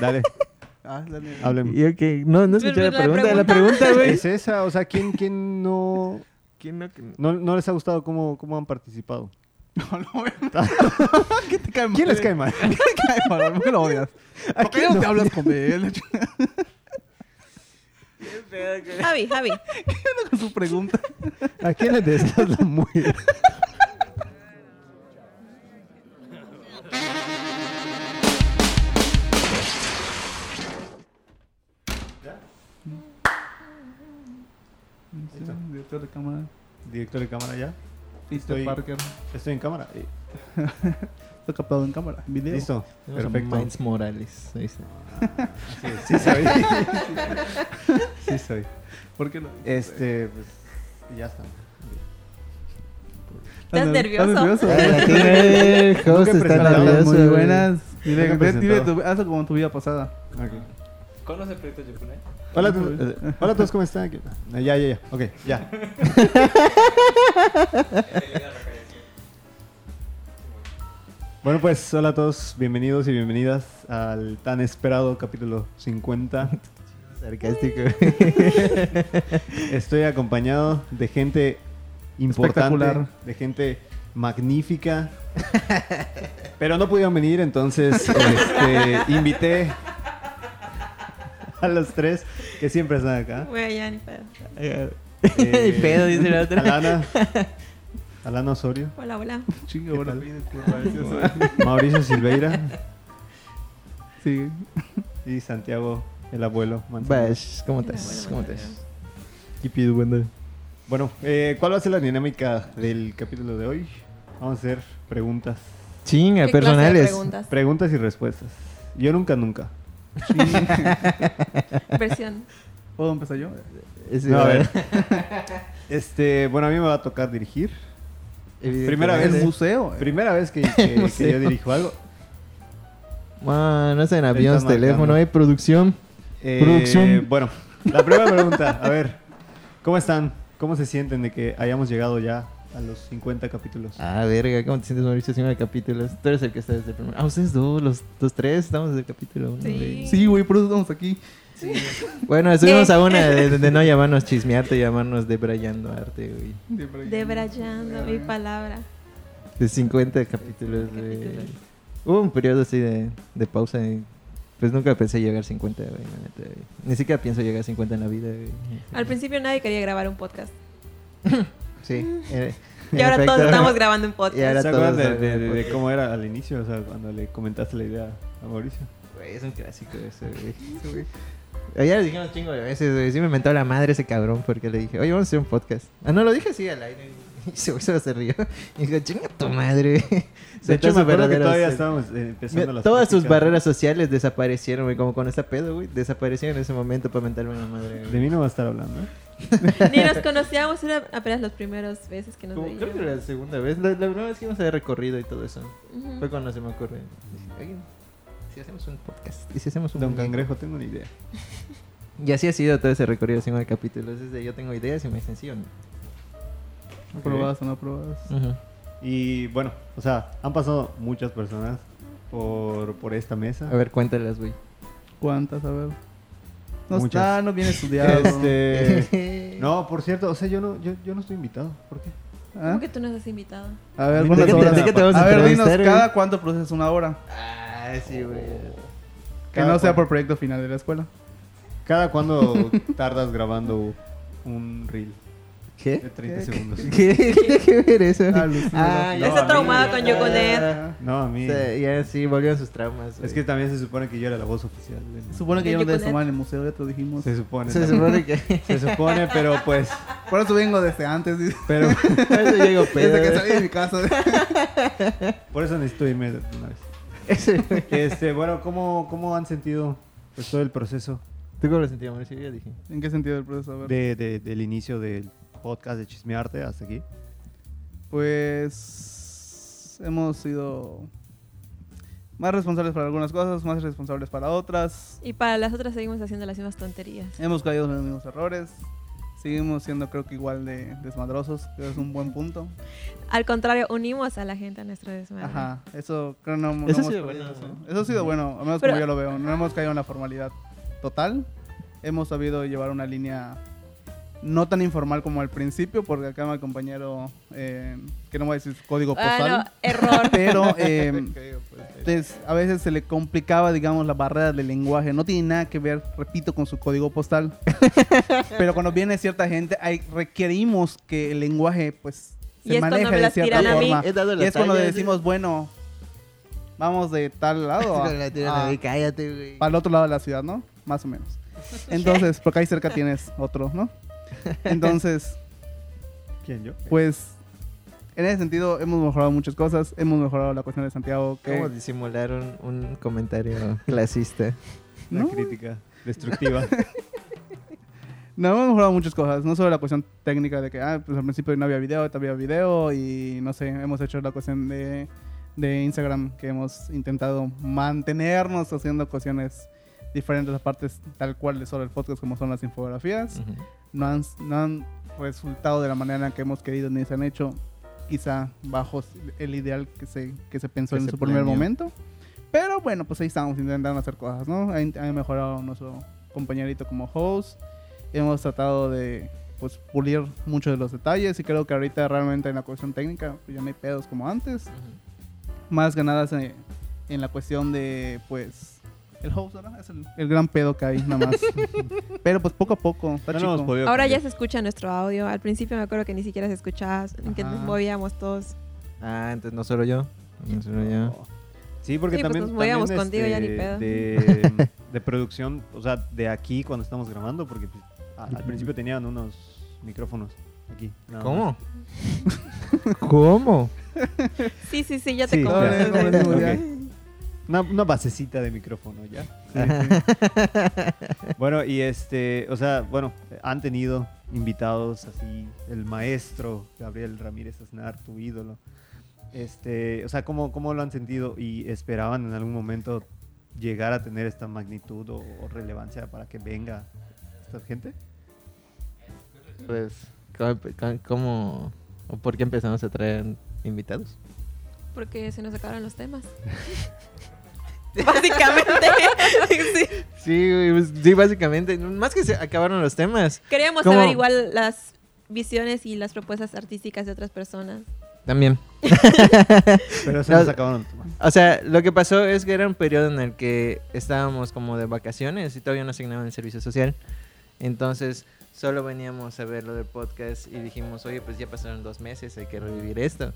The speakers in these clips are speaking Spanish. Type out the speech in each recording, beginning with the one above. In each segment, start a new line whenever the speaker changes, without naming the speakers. Dale,
Ah, dale.
hábleme.
Y ok, no, no escuché
Pero
la
la
pregunta. La pregunta, güey.
Es esa, o sea, ¿quién, quién no,
¿Quién no- quién no?
no, no les ha gustado cómo, cómo han participado?
No lo veo. ¿Qué te cae mal?
¿Quién les cae mal?
¿Quién te cae mal? ¿Por qué lo odias? ¿Por qué no te hablas con él?
Javi, Javi.
Con su pregunta.
¿A quién le deseas la muerte?
Director de cámara.
Director de cámara ya.
Peter
Estoy-
Parker.
Estoy en cámara. Eh,
Está captado en cámara. En video.
Listo.
Tenemos a
Perfecto.
Miles Morales. Ahí está.
Sí, sí soy. sí soy.
¿Por qué lo
Este, pues, ya está.
¿Estás nervioso?
Ah,
Aquí el host
Nunca
está
presentamos
nervioso.
Muy
güey.
buenas. Dile,
Nunca
ve- dile
presentado.
tu- hazlo como en tu vida pasada.
¿Conoces Proyecto Yukune?
Hola, tu- eh, hola a todos, ¿cómo están? ¿Qué- ah, Ya, ya, ya. Ok, ya. Bueno, pues hola a todos, bienvenidos y bienvenidas al tan esperado capítulo 50.
Sarcástico.
Estoy acompañado de gente importante,
Espectacular.
de gente magnífica. Pero no pudieron venir, entonces este, invité a los tres que siempre están acá.
Güey, ya ni pedo.
Eh,
Ni pedo, dice la otra.
Alana, Alana Osorio,
Hola, hola.
Chinga,
¿Qué
ahora
tal?
pide curva, es eso.
Mauricio Silveira
Sí.
y Santiago, el abuelo. Manzanero.
Bash, ¿cómo estás?
Hola,
¿Cómo
hola,
estás?
¿Qué pido, banda? Bueno, eh, ¿cuál va a ser la dinámica del capítulo de hoy? Vamos a hacer preguntas.
Chinga,
¿Qué clase de
personales.
preguntas?
Preguntas y respuestas. Yo nunca, nunca.
Versión.
¿Puedo empezar yo?
Ese,
No, a
güey.
ver. Este, bueno, a mí me va a tocar dirigir. Primera
Evidentemente.
El
vez.
museo. eh.
Primera vez que, que- que yo
Museo.
dirijo algo.
Man, no sean aviones,
Están marcando.
teléfono, eh, producción.
Eh,
Producción.
Bueno, la primera pregunta, a ver, ¿cómo están? ¿Cómo se sienten de que hayamos llegado ya a los 50 capítulos?
Ah, verga, ¿cómo te sientes, Mauricio? Encima de capítulos. Tú eres el que está desde el primero. Ah, ustedes dos, los, los tres, estamos desde el capítulo uno.
Sí.
güey.
Sí, güey, por eso estamos aquí.
Bueno, estuvimos a una de, de- de no llamarnos chismearte, llamarnos debrayando arte, güey.
Debrayando mi palabra.
De 50 capítulos, güey.
Capítulos.
Hubo un periodo así de, de pausa. y, pues nunca pensé llegar a 50, güey, la neta, güey. Ni siquiera pienso llegar a 50 en la vida, güey.
Al principio nadie quería grabar un podcast.
Sí. era-
Y ahora
en efecto.
todos estamos grabando un podcast.
Y ahora
¿Se acuerdan
todos
de, de- de- de
porque-
cómo era al inicio? O sea, cuando le comentaste la idea a Mauricio.
Güey, es un clásico ese, güey. Ayer le dijimos chingo de veces, güey. Sí me mentó la madre ese cabrón porque le dije, oye, vamos a hacer un podcast. Ah, no, lo dije así al aire. Y ese güey solo se rió. Y dijo, chinga tu madre.
De hecho,
Sentó
me
su
acuerdo que
verdadero
todavía
ser.
estábamos eh, empezando
Mira,
las
Todas sus
pláticas.
barreras sociales desaparecieron, güey. Como con esta pedo, güey. Desaparecieron en ese momento para mentarme la madre, güey.
De mí no va a estar hablando. ¿eh?
Ni nos conocíamos, eran apenas las primeras veces que nos
Como- creo que
veíamos.
la segunda vez, la, la primera vez que íbamos a haber recorrido y todo eso.
Ujú.
Fue cuando se me ocurre. dije, Oye, si hacemos un podcast. Y si hacemos un
Don
muñeco?"
Cangrejo, tengo una idea.
Y así ha sido todo ese recorrido, cinco de capítulos. Desde yo tengo ideas y me dicen sí o no.
¿Aprobadas o no aprobadas?
Y bueno, o sea, han pasado muchas personas por, por esta mesa.
A ver, cuéntalas, güey.
¿Cuántas? A ver. No
Muchas.
está, no viene estudiado.
Este, no, por cierto, o sea, yo no, yo, yo no estoy invitado. ¿Por qué?
¿Ah?
¿Cómo que tú nos has invitado?
A ver,
¿De
¿cuántas
qué te-
horas?
de qué te vamos a
A ver, dinos,
entrevistar,
¿cada
güey?
cuánto procesas una hora?
Ah, sí,
Oh.
güey.
Que
Cada
no sea
cuánto.
por proyecto final de la escuela.
¿Cada cuándo tardas grabando un reel de
¿Qué?
30
¿Qué?
segundos?
¿Qué tiene que ver eso?
Ah,
Ah,
Alucina.
Está traumado con Yoconet.
Yokonet.
No, a mí.
Ya sí, volvieron sus traumas.
Es que
güey.
también se supone que yo era la voz oficial. de-
Se supone que
De
ya no debe
Yoconet.
sumar en el museo, ya te lo dijimos.
Se supone.
Se
también.
supone que.
Se supone, pero pues.
Por eso vengo desde antes, dice,
Pero
Por eso llego pedo.
desde que
güey.
salí de mi casa.
por eso necesito irme de una vez.
Ese-
Este, bueno, ¿cómo, cómo han sentido pues, todo el proceso
¿Tú cómo lo sentías, Mauricio? Yo dije.
¿En qué sentido el proceso? A ver.
de- de- del inicio del podcast de Chismearte hasta aquí?
Pues hemos sido más responsables para algunas cosas, más responsables para otras.
Y para las otras seguimos haciendo las mismas tonterías.
Hemos caído en los mismos errores. Seguimos siendo creo que igual de desmadrosos, que es un buen punto.
Al contrario, unimos a la gente a nuestro desmadre.
Ajá, eso creo no, no
Eso ha
hemos
sido
perdido
bueno,
eso. Eso ha sido bueno, al menos
Pero-
como yo lo veo. No hemos caído en la formalidad total. Hemos sabido llevar una línea no tan informal como al principio, porque acá mi compañero, eh, que no voy a decir su código
Ah,
postal,
no, error.
pero eh, entonces, a veces se le complicaba, digamos, la barrera del lenguaje. No tiene nada que ver, repito, con su código postal. Pero cuando viene cierta gente, hay, requerimos que el lenguaje, pues,
Y
se
es cuando
maneje
me
de
las
cierta
tiran a mí.
forma.
He dado
Y
la
es cuando
talla,
decimos, bueno, vamos de tal lado a-
Con la tirana,
a-
güey, cállate, güey.
para el otro lado de la ciudad, ¿no? Más o menos. Entonces, porque ahí cerca tienes otro, ¿no? Entonces,
¿Quién yo?
pues, en ese sentido, hemos mejorado muchas cosas. Hemos mejorado la cuestión de Santiago. que-
¿Cómo disimularon un comentario clasista?
Una
No.
crítica destructiva.
No, hemos mejorado muchas cosas, no solo la cuestión técnica de que ah, pues al principio no había video, ahorita había video y no sé, hemos hecho la cuestión de, de Instagram que hemos intentado mantenernos haciendo cuestiones diferentes, partes tal cual de solo el podcast como son las infografías. No han, no han resultado de la manera en la que hemos querido ni se han hecho quizá bajo el ideal que se, que se pensó
Que
en
se
su primer
planeó.
momento. Pero bueno, pues ahí estamos intentando hacer cosas, ¿no? Ha, ha mejorado nuestro compañerito como host. Hemos tratado de pues pulir muchos de los detalles y creo que ahorita realmente en la cuestión técnica pues, ya no hay pedos como antes. Más ganadas en, en la cuestión de pues el host, ¿verdad? Es el, el gran pedo que hay nada más. Pero pues poco a poco,
No
está
lo
chico.
hemos podido
Ahora ya
cambiar.
se escucha nuestro audio. Al principio me acuerdo que ni siquiera se escuchaba, que nos
Ajá.
movíamos todos.
Ah, entonces no solo yo. No solo yo.
Sí, porque
Sí, pues
también.
nos movíamos
también,
contigo, ya ni
este,
pedo.
De, de producción, o sea, de aquí cuando estamos grabando, porque pues, a- al principio tenían unos micrófonos aquí. nada más.
¿Cómo? ¿Cómo?
Sí, sí, sí, ya te
Sí,
compré.
ya.
Entonces,
Ok. Una, una basecita de micrófono ya. bueno, y este, o sea, bueno, han tenido invitados así, el maestro Gabriel Ramírez Aznar, tu ídolo. Este, o sea, ¿cómo, cómo lo han sentido y esperaban en algún momento llegar a tener esta magnitud o, o relevancia para que venga esta gente?
Pues, ¿cómo, cómo- cómo o por qué empezamos a traer invitados?
Porque se nos acabaron los temas. Básicamente. sí.
Sí, güey, pues, sí, básicamente. Más que se acabaron los temas.
Queríamos
¿Cómo?
saber igual las visiones y las propuestas artísticas de otras personas.
También.
Pero se
No.
nos acabaron los temas.
O sea, lo que pasó es que era un periodo en el que estábamos como de vacaciones y todavía no asignaban el servicio social. Entonces, solo veníamos a ver lo del podcast y dijimos, oye, pues ya pasaron dos meses, hay que revivir esto.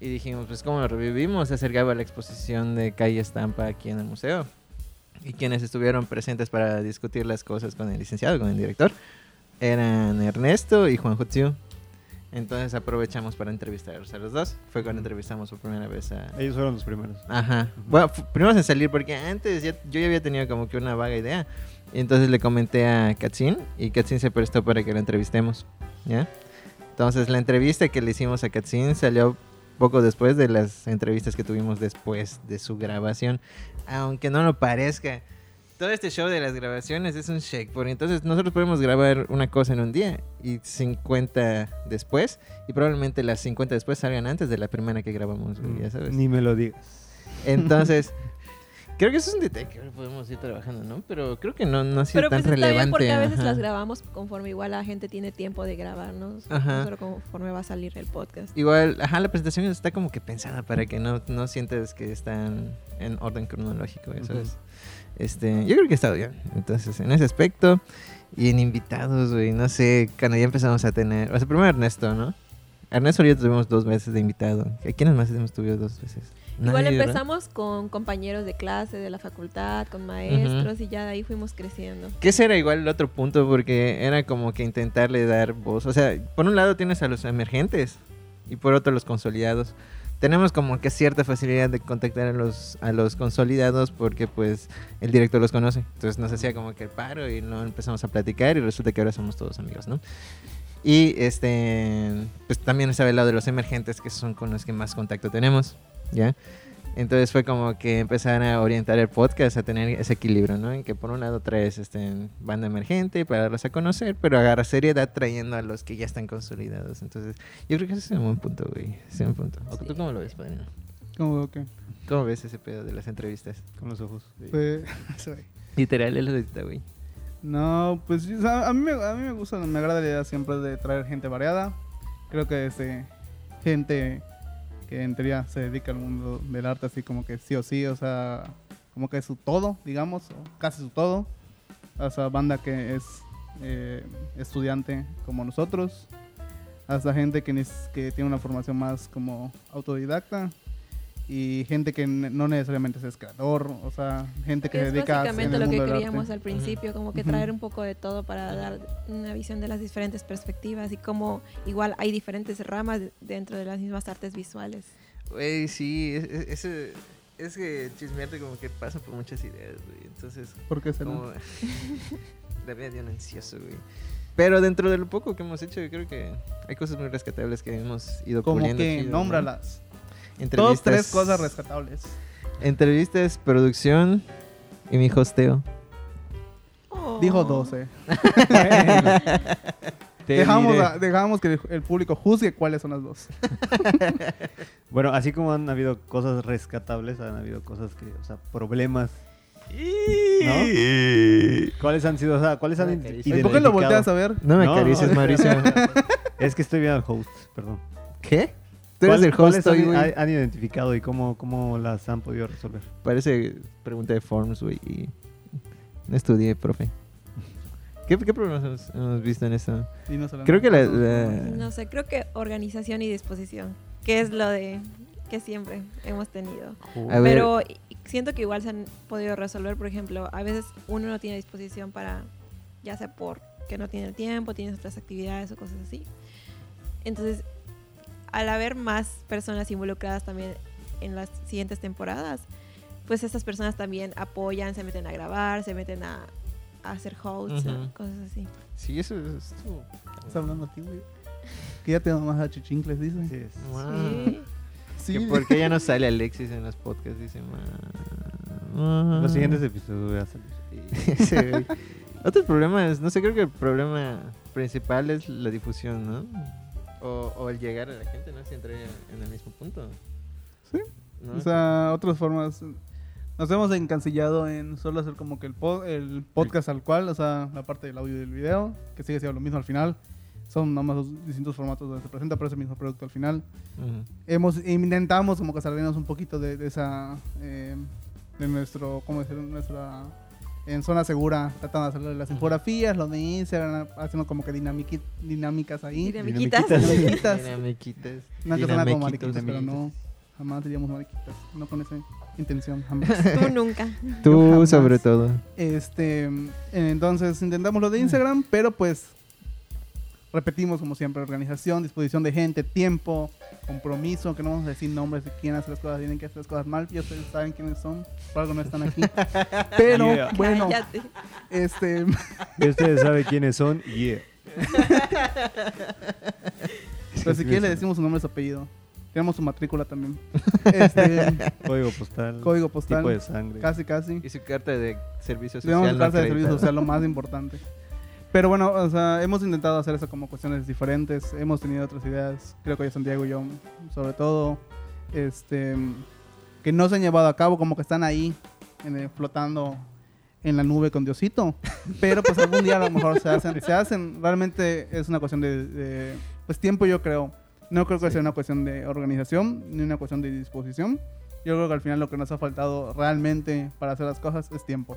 Y dijimos, pues ¿cómo lo revivimos? Se acercaba la exposición de Calle Estampa aquí en el museo. Y quienes estuvieron presentes para discutir las cosas con el licenciado, con el director, eran Ernesto y Juan Jutsu. Entonces aprovechamos para entrevistarlos a los dos. Fue cuando entrevistamos por primera vez a,
Ellos fueron los primeros.
Ajá. Bueno, fu- primero en salir porque antes ya- yo ya había tenido como que una vaga idea. Y entonces le comenté a Katzin y Katzin se prestó para que la entrevistemos. ¿Ya? Entonces la entrevista que le hicimos a Katzin salió poco después de las entrevistas que tuvimos después de su grabación. Aunque no lo parezca. Todo este show de las grabaciones es un shake, porque entonces nosotros podemos grabar una cosa en un día y 50 después, y probablemente las 50 después salgan antes de la primera que grabamos, güey, ya sabes.
Ni me lo digas.
Entonces, creo que eso es un detalle que podemos ir trabajando, ¿no? Pero creo que no, no ha sido
Pero
tan
pues está bien
relevante.
porque a veces
ajá.
las grabamos conforme igual la gente tiene tiempo de grabarnos.
Ajá.
No solo conforme va a salir el podcast.
Igual, ajá, la presentación está como que pensada para que no, no sientas que están en orden cronológico, eso
Ujú.
es. Este, yo creo que ha estado bien. Entonces, en ese aspecto y en invitados, güey, no sé, cuando ya empezamos a tener, o sea, primero Ernesto, ¿no? Ernesto y yo tuvimos dos veces de invitado. ¿A quiénes más hemos tenido dos veces?
igual
Nadie, ¿verdad?
empezamos con compañeros de clase, de la facultad, con maestros y ya de ahí fuimos creciendo.
Que ese era igual el otro punto, porque era como que intentarle dar voz. O sea, por un lado tienes a los emergentes y por otro los consolidados. Tenemos como que cierta facilidad de contactar a los, a los consolidados porque pues el director los conoce. Entonces nos hacía como que el paro y no empezamos a platicar y resulta que ahora somos todos amigos, ¿no? Y este, pues también estaba el lado de los emergentes que son con los que más contacto tenemos, ¿ya? Entonces fue como que empezaron a orientar el podcast a tener ese equilibrio, ¿no? En que por un lado traes este, banda emergente para darlos a conocer, pero agarra seriedad trayendo a los que ya están consolidados. Entonces, yo creo que ese es un buen punto, güey. Ese es un punto. ¿O ¿Tú
Sí.
cómo lo ves, padrino?
Como que.
¿Cómo ves ese pedo de las entrevistas?
con los ojos.
Pues, sorry.
Literal, es lo de ahorita, güey.
No, pues o sea, a, mí me, a mí me gusta, me agrada la idea siempre de traer gente variada. Creo que este, gente que en teoría se dedica al mundo del arte así como que sí o sí, o sea, como que es su todo, digamos, o casi su todo. Hasta banda que es eh, estudiante como nosotros. Hasta gente que, nes- que tiene una formación más como autodidacta. Y gente que ne- no necesariamente es creador, o sea, gente que,
Que
se
es
dedica en
básicamente
el
lo que
mundo del arte.
queríamos al principio, como que
Ujú.
traer un poco de todo para dar una visión de las diferentes perspectivas y cómo igual hay diferentes ramas dentro de las mismas artes visuales.
Güey, sí, es, es, ese- es que chismearte como que pasa por muchas ideas, güey. Entonces,
¿Por qué será?
como... la vida de un ansioso, güey. Pero dentro de lo poco que hemos hecho, yo creo que hay cosas muy rescatables que hemos ido
Como
puliendo.
que
chido, ¿no?
nómbralas. Dos,
Entrevistas-
tres cosas rescatables.
Entrevistas, producción y mi hosteo. Oh.
Oh,
Dijo 12.
Te
Dejamos,
diré.
a- dejamos que el, el público juzgue cuáles son las dos.
Bueno, así como han habido cosas rescatables, han habido cosas que, o sea, problemas. ¿No? ¿Cuáles han sido? O sea, ¿cuáles han
Una
ide-
caricia.
¿Y por qué lo
identificado?
volteas a ver?
No me
No,
acaricies,
no.
Mauricio.
Es que estoy viendo al host, perdón.
¿Qué? Tú eres
¿Cuál-
el
cuáles
host hoy,
han,
güey.
han- han identificado y cómo, cómo las han podido resolver?
Parece pregunta de forms, güey. Y no estudié, profe. ¿Qué, qué problemas hemos, hemos visto en esto?
Y no se la-
Creo que la... la-
No sé, creo que organización y disposición, que es lo de que siempre hemos tenido.
A ver.
Pero i- siento que igual se han podido resolver, por ejemplo, a veces uno no tiene disposición para, ya sea por que no tiene el tiempo, tienes otras actividades o cosas así. Entonces, al haber más personas involucradas también en las siguientes temporadas, pues estas personas también apoyan, se meten a grabar, se meten a, a hacer hosts, a-
Ujú.
cosas así.
Sí, eso es... estuvo-
Estás hablando a ti, güey. Que ya te más a chichincles, dicen.
Sí, es-
Wow.
Sí.
Que
Sí.
por qué ya no sale Alexis en los podcasts, dice ma- ma-
Los siguientes episodios voy a salir.
Ese, güey. Otros problemas, no sé, creo que el problema principal es la difusión, ¿no? O, o el llegar a la gente, ¿no? Si entrar en, en el mismo punto.
Sí.
¿No?
O sea, otras formas. Nos hemos encancillado en solo hacer como que el, po- el podcast al cual, o sea, la parte del audio y del video, que sigue siendo lo mismo al final. Son nomás los distintos formatos donde se presenta, pero es el mismo producto al final.
Ujú.
hemos intentamos como que salirnos un poquito de, de esa eh, de nuestro cómo decir nuestra en zona segura tratando de hacerlo de las infografías lo de Instagram haciendo como que dinamiqui- dinámicas ahí
Dinamiquitas.
Dinamiquitas.
Dinamiquitas.
Dinamiquitas.
no que suena como
Dinamequitos.
mariquitas pero no jamás diríamos mariquitas no con esa intención jamás
Tú nunca.
Tú,
Jamás.
sobre todo.
este entonces intentamos lo de Instagram pero pues repetimos como siempre organización disposición de gente tiempo compromiso que no vamos a decir nombres de quién hace las cosas bien quién hace las cosas mal ya ustedes saben quiénes son por algo no están aquí pero
Yeah.
bueno
Cállate.
este
Y ustedes saben quiénes son. Yeah.
pero si quieren le decimos su nombre y su apellido tenemos su matrícula también este
Código postal.
código postal
Tipo de sangre.
casi casi
Y su carta de servicio
Le damos
social. no
carta de servicio
acreditada.
social, lo más importante. Pero bueno, o sea, hemos intentado hacer eso como cuestiones diferentes. Hemos tenido otras ideas, creo que yo, Santiago y yo, sobre todo, este, que no se han llevado a cabo, como que están ahí en el- flotando en la nube con Diosito. Pero pues algún día a lo mejor se hacen. Se hacen. Realmente es una cuestión de, de, pues tiempo, yo creo. No creo que sea una cuestión de organización ni una cuestión de disposición. Yo creo que al final lo que nos ha faltado realmente para hacer las cosas es tiempo.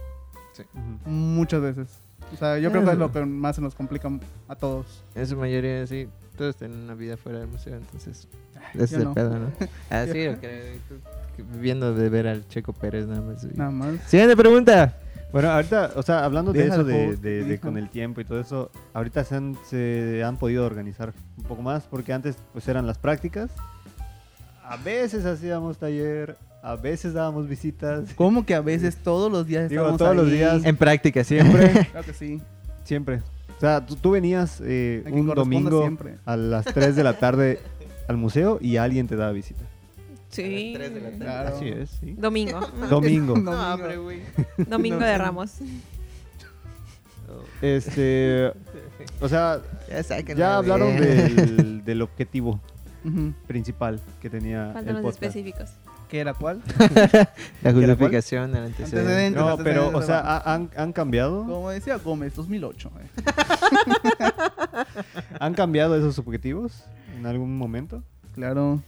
Ujú.
Muchas veces. O sea, yo creo que es
Eh.
lo que más se nos complica a todos.
En su mayoría, sí. Todos tienen una vida fuera del museo, entonces. Ese es
yo
el
no.
pedo, ¿no? Así, lo que. Viendo de ver al Checo Pérez nada más. güey.
Nada más.
Siguiente pregunta.
Bueno, ahorita, o sea, hablando de
Deja
eso,
el
de,
host,
de- de
hijo.
con el tiempo y todo eso, ahorita se han, se han podido organizar un poco más, porque antes pues eran las prácticas. A veces hacíamos taller, a veces dábamos visitas.
¿Cómo que a veces todos los días
Digo,
estamos
todos los
ahí?
días.
En práctica, siempre.
Claro que sí.
Siempre. O sea, tú, tú venías eh,
A quien
un
corresponda
domingo
siempre.
a las 3 de la tarde al museo y alguien te daba visita.
Sí.
A las 3 de la tarde.
Claro.
Así es, sí.
Domingo.
Domingo.
Domingo.
No, hombre, güey.
Domingo de Ramos.
Este, o sea,
Ya sáquenla,
ya
güey.
hablaron del, del objetivo
Ujú.
principal que tenía
Faltan
el
los
podcast.
específicos.
¿Qué era cuál?
La justificación, el antecedente.
Antecedente.
No,
Entonces,
pero, o
entonces,
sea,
vamos.
ha- han, han cambiado,
Como decía Gómez, 2008. eh.
han cambiado esos objetivos en algún momento.
Claro.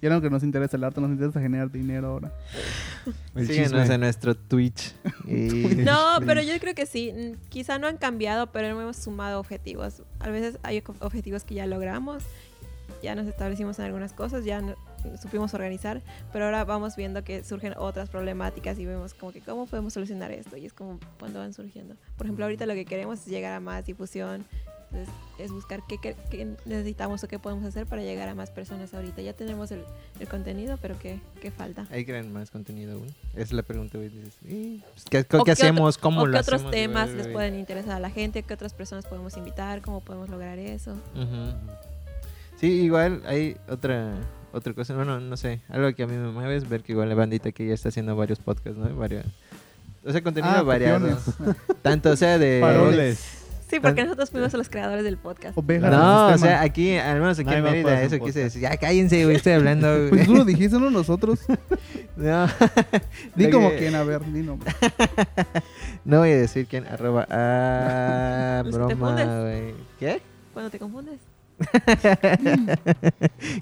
Ya no que nos interesa el arte, nos interesa generar dinero ahora.
El
Síguenos
chisme.
en nuestro Twitch. Y...
No, pero yo creo que sí. Mm, Quizá no han cambiado, pero hemos sumado objetivos. A veces hay co- objetivos que ya logramos, ya nos establecimos en algunas cosas, ya no- supimos organizar, pero ahora vamos viendo que surgen otras problemáticas y vemos como que cómo podemos solucionar esto. Y es como cuando van surgiendo. Por ejemplo, ahorita lo que queremos es llegar a más difusión. Entonces, es buscar qué, qué- qué necesitamos o qué podemos hacer para llegar a más personas ahorita. Ya tenemos el, el contenido, pero ¿qué, qué falta?
Ahí creen más contenido, güey. Esa es la pregunta, güey. Dices, "Y, pues, ¿Qué, qué
¿O qué
hacemos? ¿Cómo
o
lo
qué
hacemos?
otros temas
güey,
les
güey?
pueden interesar a la gente, qué otras personas podemos invitar, cómo podemos lograr eso.
Ujú. Sí, igual hay otra otra cosa, bueno, no sé, algo que a mí me mueve es ver que igual la bandita que ya está haciendo varios podcasts, ¿no? Vario- o sea, contenido
Ah,
variado.
copiones.
Tanto, o sea, de...
Paroles.
Sí, porque nosotros fuimos los creadores del podcast.
Ovejas del
No, o
sistema.
sea, aquí, al menos aquí
este Nadie
en
más puede
Mérida,
hacer
eso
un
quise
podcast.
decir. Ya cállense, güey, estoy hablando,
Pues
güey.
tú lo dijiste, no nosotros.
No,
Di
Lo
como
que-
quien, a ver, di nombre.
no voy a decir quién, arroba, ah,
Pues te
broma,
fundes.
güey. ¿Qué?
Cuando te confundes.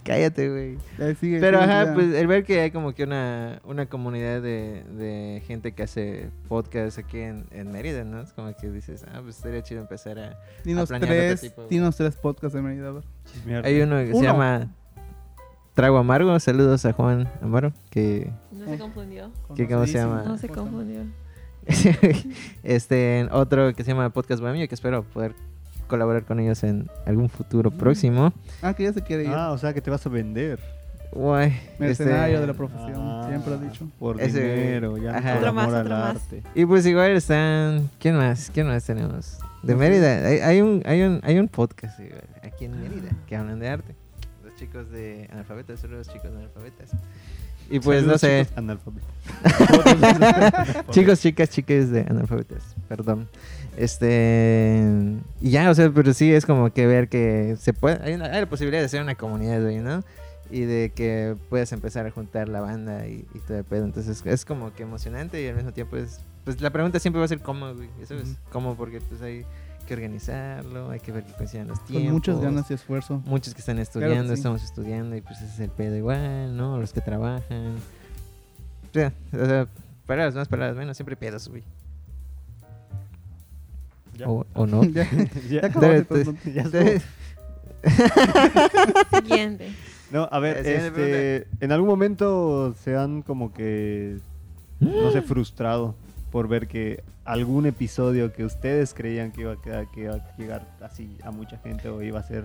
Cállate, güey.
Ya, sigue,
Pero
sigue,
ajá,
ya.
pues el ver que hay como que una, una comunidad de, de gente que hace podcast aquí en, en Mérida, ¿no? Es como que dices, ah, pues estaría chido empezar a...
Dinos
planear otro
tres,
tipo, güey.
dinos tres podcasts de Mérida, a ver.
Chismear.
Hay uno que
Uno.
se llama Trago Amargo, saludos a Juan Amaro, que...
No se confundió.
¿Qué- Eh. Ah, cómo se llama?
No se confundió.
este, otro que se llama Podcast Bamio, que espero poder colaborar con ellos en algún futuro próximo.
Ah, que ya se quiere ir.
Ah, o sea, que te vas a vender.
Guay. este,
Mercenario de la profesión,
Ah,
siempre lo he dicho.
Por
Ese-
dinero, ya no
ajá.
por
Otro
amor
más,
al
otro más.
arte.
Y pues igual están... ¿Quién más? ¿Quién más tenemos? De
No sé.
Mérida. Hay, hay un, hay, un, hay un podcast igual, aquí
Ah.
en Mérida que hablan de arte. Los chicos de analfabetas, solo los chicos de analfabetas. Y pues no
Saludos,
sé,
chicos analfabetos.
chicos, chicas, chiques de analfabetas, perdón. Este. Y ya, o sea, pero sí es como que ver que se puede. Hay, una- hay la posibilidad de hacer una comunidad, güey, ¿no? Y de que puedes empezar a juntar la banda y, y todo el pedo. Entonces es como que emocionante y al mismo tiempo es. Pues la pregunta siempre va a ser cómo, güey. Eso es
Ujú.
cómo, porque pues hay que organizarlo, hay que ver que coincidan los tiempos.
Con muchas ganas y esfuerzo.
Muchos que están
que
estudiando,
sí.
estamos estudiando y pues ese es el pedo igual, ¿no? Los que trabajan. O sea, o sea, palabras más, palabras menos, siempre hay pedos, güey.
Ya.
O, o no.
Ya.
Ya.
Ya acabaste,
Debe-
tonto.
Ya
Entonces,
Siguiente.
No, a
La
ver,
siguiente
este, en algún momento se han como que, no sé, frustrado por ver que algún episodio que ustedes creían que iba a, quedar- que iba a llegar así a mucha gente o iba a ser,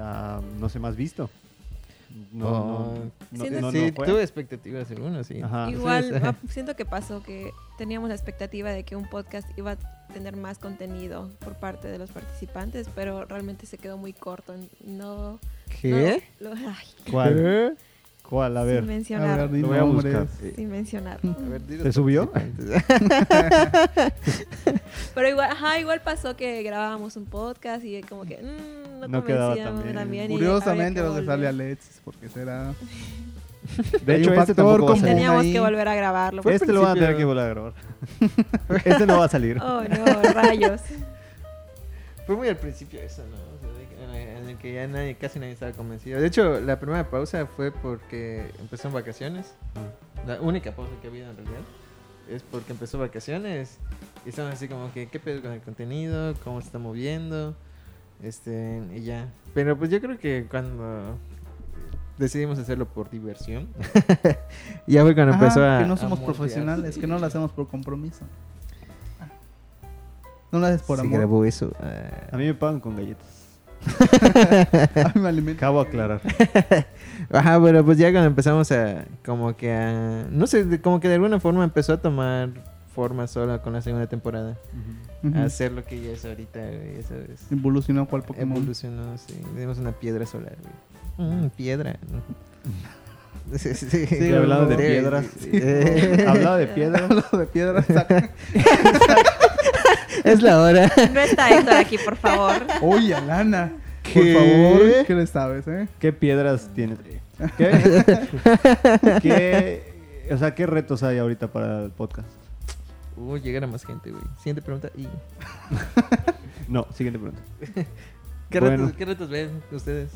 ah, no sé, más visto. No,
Oh.
no, no,
Sí,
no, no
sí,
fue.
tuve expectativas algunas, sí.
Ajá.
Igual
Entonces,
ah, siento que pasó que teníamos la expectativa de que un podcast iba a tener más contenido por parte de los participantes, pero realmente se quedó muy corto. No.
¿Qué?
no, lo- ay,
¿Cuál?
¿Eh?
¿Cuál? A ver,
Sin
A ver,
mencionar.
di
lo voy a
nombres.
buscar.
Sin mencionar.
A ver, di los
¿Se subió?
participantes.
Pero igual, ajá, igual pasó que grabábamos un podcast y como que mm, no,
No quedaba
convencíamos
tan
tan
bien.
bien. y
Curiosamente
habría
vas
que
a dejarle a
volver.
Alexis porque será...
De
Hay
hecho,
un
este
factor
tampoco va a
Y
común.
salir.
teníamos
ahí.
que volver a grabarlo.
Fue-
Este lo van a tener
principio.
que volver a grabar. este no va a salir.
Oh, no, rayos.
Fue muy al principio eso, ¿no? O sea, de que- en el- en el que ya nadie, casi nadie estaba convencido. De hecho, la primera pausa fue porque empezó en vacaciones. La única pausa que ha habido en realidad es porque empezó vacaciones. Y estamos así como que, ¿qué pedo con el contenido? ¿Cómo se está moviendo? Este, y ya. Pero pues yo creo que cuando decidimos hacerlo por diversión, ya fue cuando
Ajá,
empezó a...
que no
pues, a
somos
moldearse.
profesionales, que no lo hacemos por compromiso. Ah. No lo haces por
Se
amor.
grabó eso. ah.
A mí me pagan con galletas.
Ay, me alimento.
Acabo de aclarar.
Ajá, pero pues ya cuando empezamos a, como que a, no sé, de- como que de alguna forma empezó a tomar forma sola con la segunda temporada.
Ujú.
A hacer lo que ya es ahorita, güey, ya sabes.
Evolucionó cual Pokémon.
Evolucionó, sí. Tenemos una piedra solar, güey. Mm, piedra. Sí, sí, sí.
Y hablaba de
Sí,
piedras.
sí. Eh,
Hablaba de piedras.
Hablando de piedra, saca.
es la hora.
No está Héctor aquí, por favor.
Oye, Alana. Por
¿Qué?
favor, ¿qué le sabes, eh?
¿Qué piedras tiene? ¿Qué? ¿Qué? O sea, ¿qué retos hay ahorita para el podcast?
Uy, llegará más gente, güey. Siguiente pregunta. Y...
No, siguiente pregunta.
¿Qué,
Bueno.
retos, ¿Qué retos ven ustedes?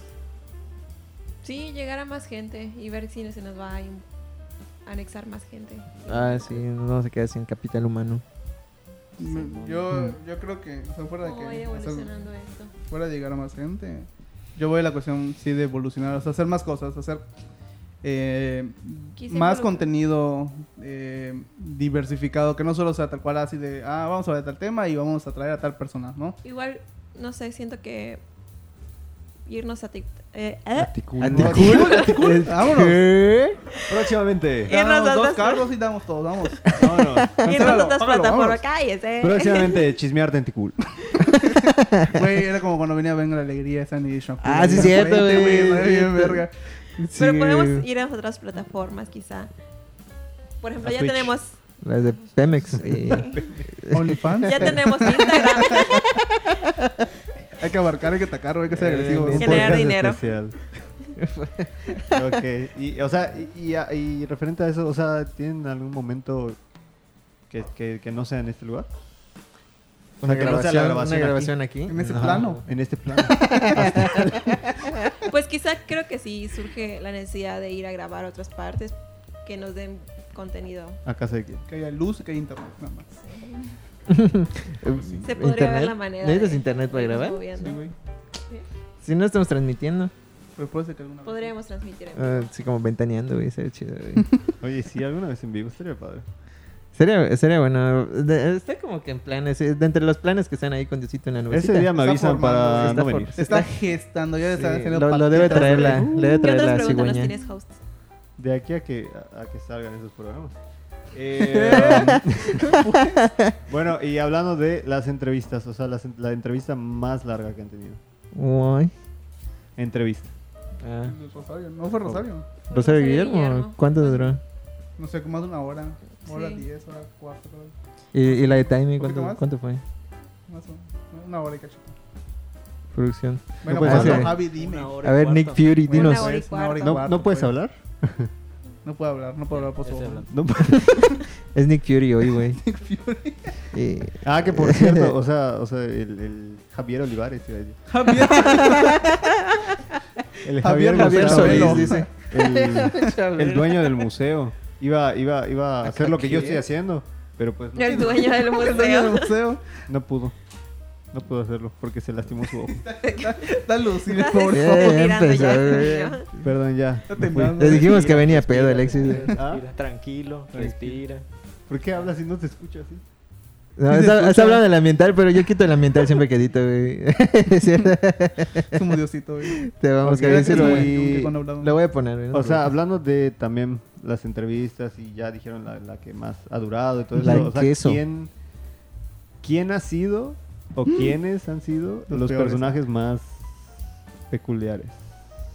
Sí, llegar a más gente y ver si se nos va a in- anexar más gente.
Ah, sí, no se queda sin capital humano.
Yo,
Mm.
yo creo que, o sea, fuera de
¿Cómo va
que, o sea,
evolucionando esto?
fuera de llegar a más gente, yo voy a la cuestión, sí, de evolucionar, o sea, hacer más cosas, hacer eh,
Quise
más
involucrar-
contenido eh, diversificado, que no solo sea tal cual así de, ah, vamos a ver tal tema y vamos a traer a tal persona, ¿no?
Igual, no sé, siento que irnos a eh, TikTok.
¿Anticool?
Cool, Eh, vámonos.
Próximamente.
Irnos a
Damos dos
otras-
cargos y damos todos, vamos.
Vámonos.
irnos a
Cancélalo,
otras
págalo,
plataformas.
vámonos.
Cállese.
Próximamente, chismearte anticool.
Güey, era como cuando venía Venga la Alegría, esa ni Shampoo.
Ah, sí, cierto,
Vente,
güey.
güey, bien verga.
Pero
Sí.
podemos ir a otras plataformas, quizá. Por ejemplo,
A
ya
Twitch.
tenemos
Las de Pemex. sí.
OnlyFans.
ya tenemos Instagram.
Hay que abarcar, hay que atacar, güey, hay que ser
Eh,
agresivos.
Un
bien. Generar
podcast
dinero.
especial. ok. Y, o sea, y, y- y referente a eso, o sea, ¿tienen algún momento que, que, que no sea en este lugar?
Una
que no sea
grabación,
la
una
grabación aquí.
grabación aquí.
En ese
Ajá,
Ah,
plano.
En este plano.
Pues quizá creo que sí surge la necesidad de ir a grabar a otras partes que nos den contenido.
¿A casa de quién?
Que haya luz, que haya internet, nada más.
Se podría ver la manera. de
Eh, ¿Necesitas internet para
irnos
grabar?
moviendo.
Sí, güey.
Si no estamos transmitiendo.
Pero puede ser que alguna vez-
Podríamos transmitir en vivo.
Ah, sí, como ventaneando, güey. Sería chido, güey.
Oye, sí, alguna vez en vivo estaría padre.
Sería, sería bueno. De- está como que en planes. eh, De entre los planes que están ahí con Diosito en la nube.
Ese día me
Está
avisan
formando,
para
está
no venir.
for-
Se está gestando, ya está haciendo
lo, lo debe
patitas, Uh.
traer
güey.
la, le debe
¿Qué
traer
otras
la
preguntas nos
cigüeña.
tienes, host?
De aquí a que, a, a que salgan esos programas. Eh, bueno, y hablando de las entrevistas, o sea, las en- la entrevista más larga que han tenido.
Uy.
Entrevista.
Ah.
Rosario, No fue Rosario.
Rosario Guillermo, ¿cuánto duró?
No sé, como más de una hora. Hora
Sí.
diez, hora cuatro. hora-
¿Y, y la de
¿Un
Timing,
poquito
¿cuánto,
más?
cuánto fue?
Más o menos. Una hora y cachito.
Producción.
Venga,
puede
pues,
ser.
hazlo, Javi, dime.
Una hora
A
y
ver,
cuarto.
Nick Fury,
Bueno,
dinos.
Una hora y
pues, una hora y
cuarto.
¿No,
cuarto,
¿no puedes
pues.
hablar?
No puedo hablar, no puedo hablar por
Ya
su
estoy
voz.
hablando.
No
Es Nick Fury hoy, güey. Eh,
Ah, que por cierto, o sea, o sea el, el Javier Olivares, iba a decir.
Javier,
El
Javier
Javier
González,
Solís,
Chabelo.
dice.
El, el dueño del museo. Iba, iba, iba a hacer lo que yo
qué?
estoy haciendo, pero pues no,
El dueño del
el dueño del
museo.
museo.
no pudo. No pudo hacerlo porque se lastimó su ojo.
Está lucido,
Por
pobre.
Ya
favor, tirando ya.
empezó,
niño.
Perdón, ya.
Está
me fui.
temblando.
Le dijimos que venía
Respira,
pedo, Alexis.
respira,
¿Ah?
respira, Tranquilo, respira.
¿Por qué hablas y no te escucho así?
No,
Sí se
está,
escucha.
está hablando del ambiental, pero yo quito el ambiental siempre que edito, güey. Sí,
Es como Diosito, güey.
Te vamos
Ok,
a decir,
sí,
güey.
nunca cuando hablamos.
Lo voy a poner, güey, no
O
te
sea,
preocupes.
hablando de también las entrevistas y ya dijeron la, la que más ha durado y todo
La
eso.
en
O sea,
queso.
¿quién, ¿quién ha sido o quiénes han sido
Los
Mm. los,
peores.
personajes más peculiares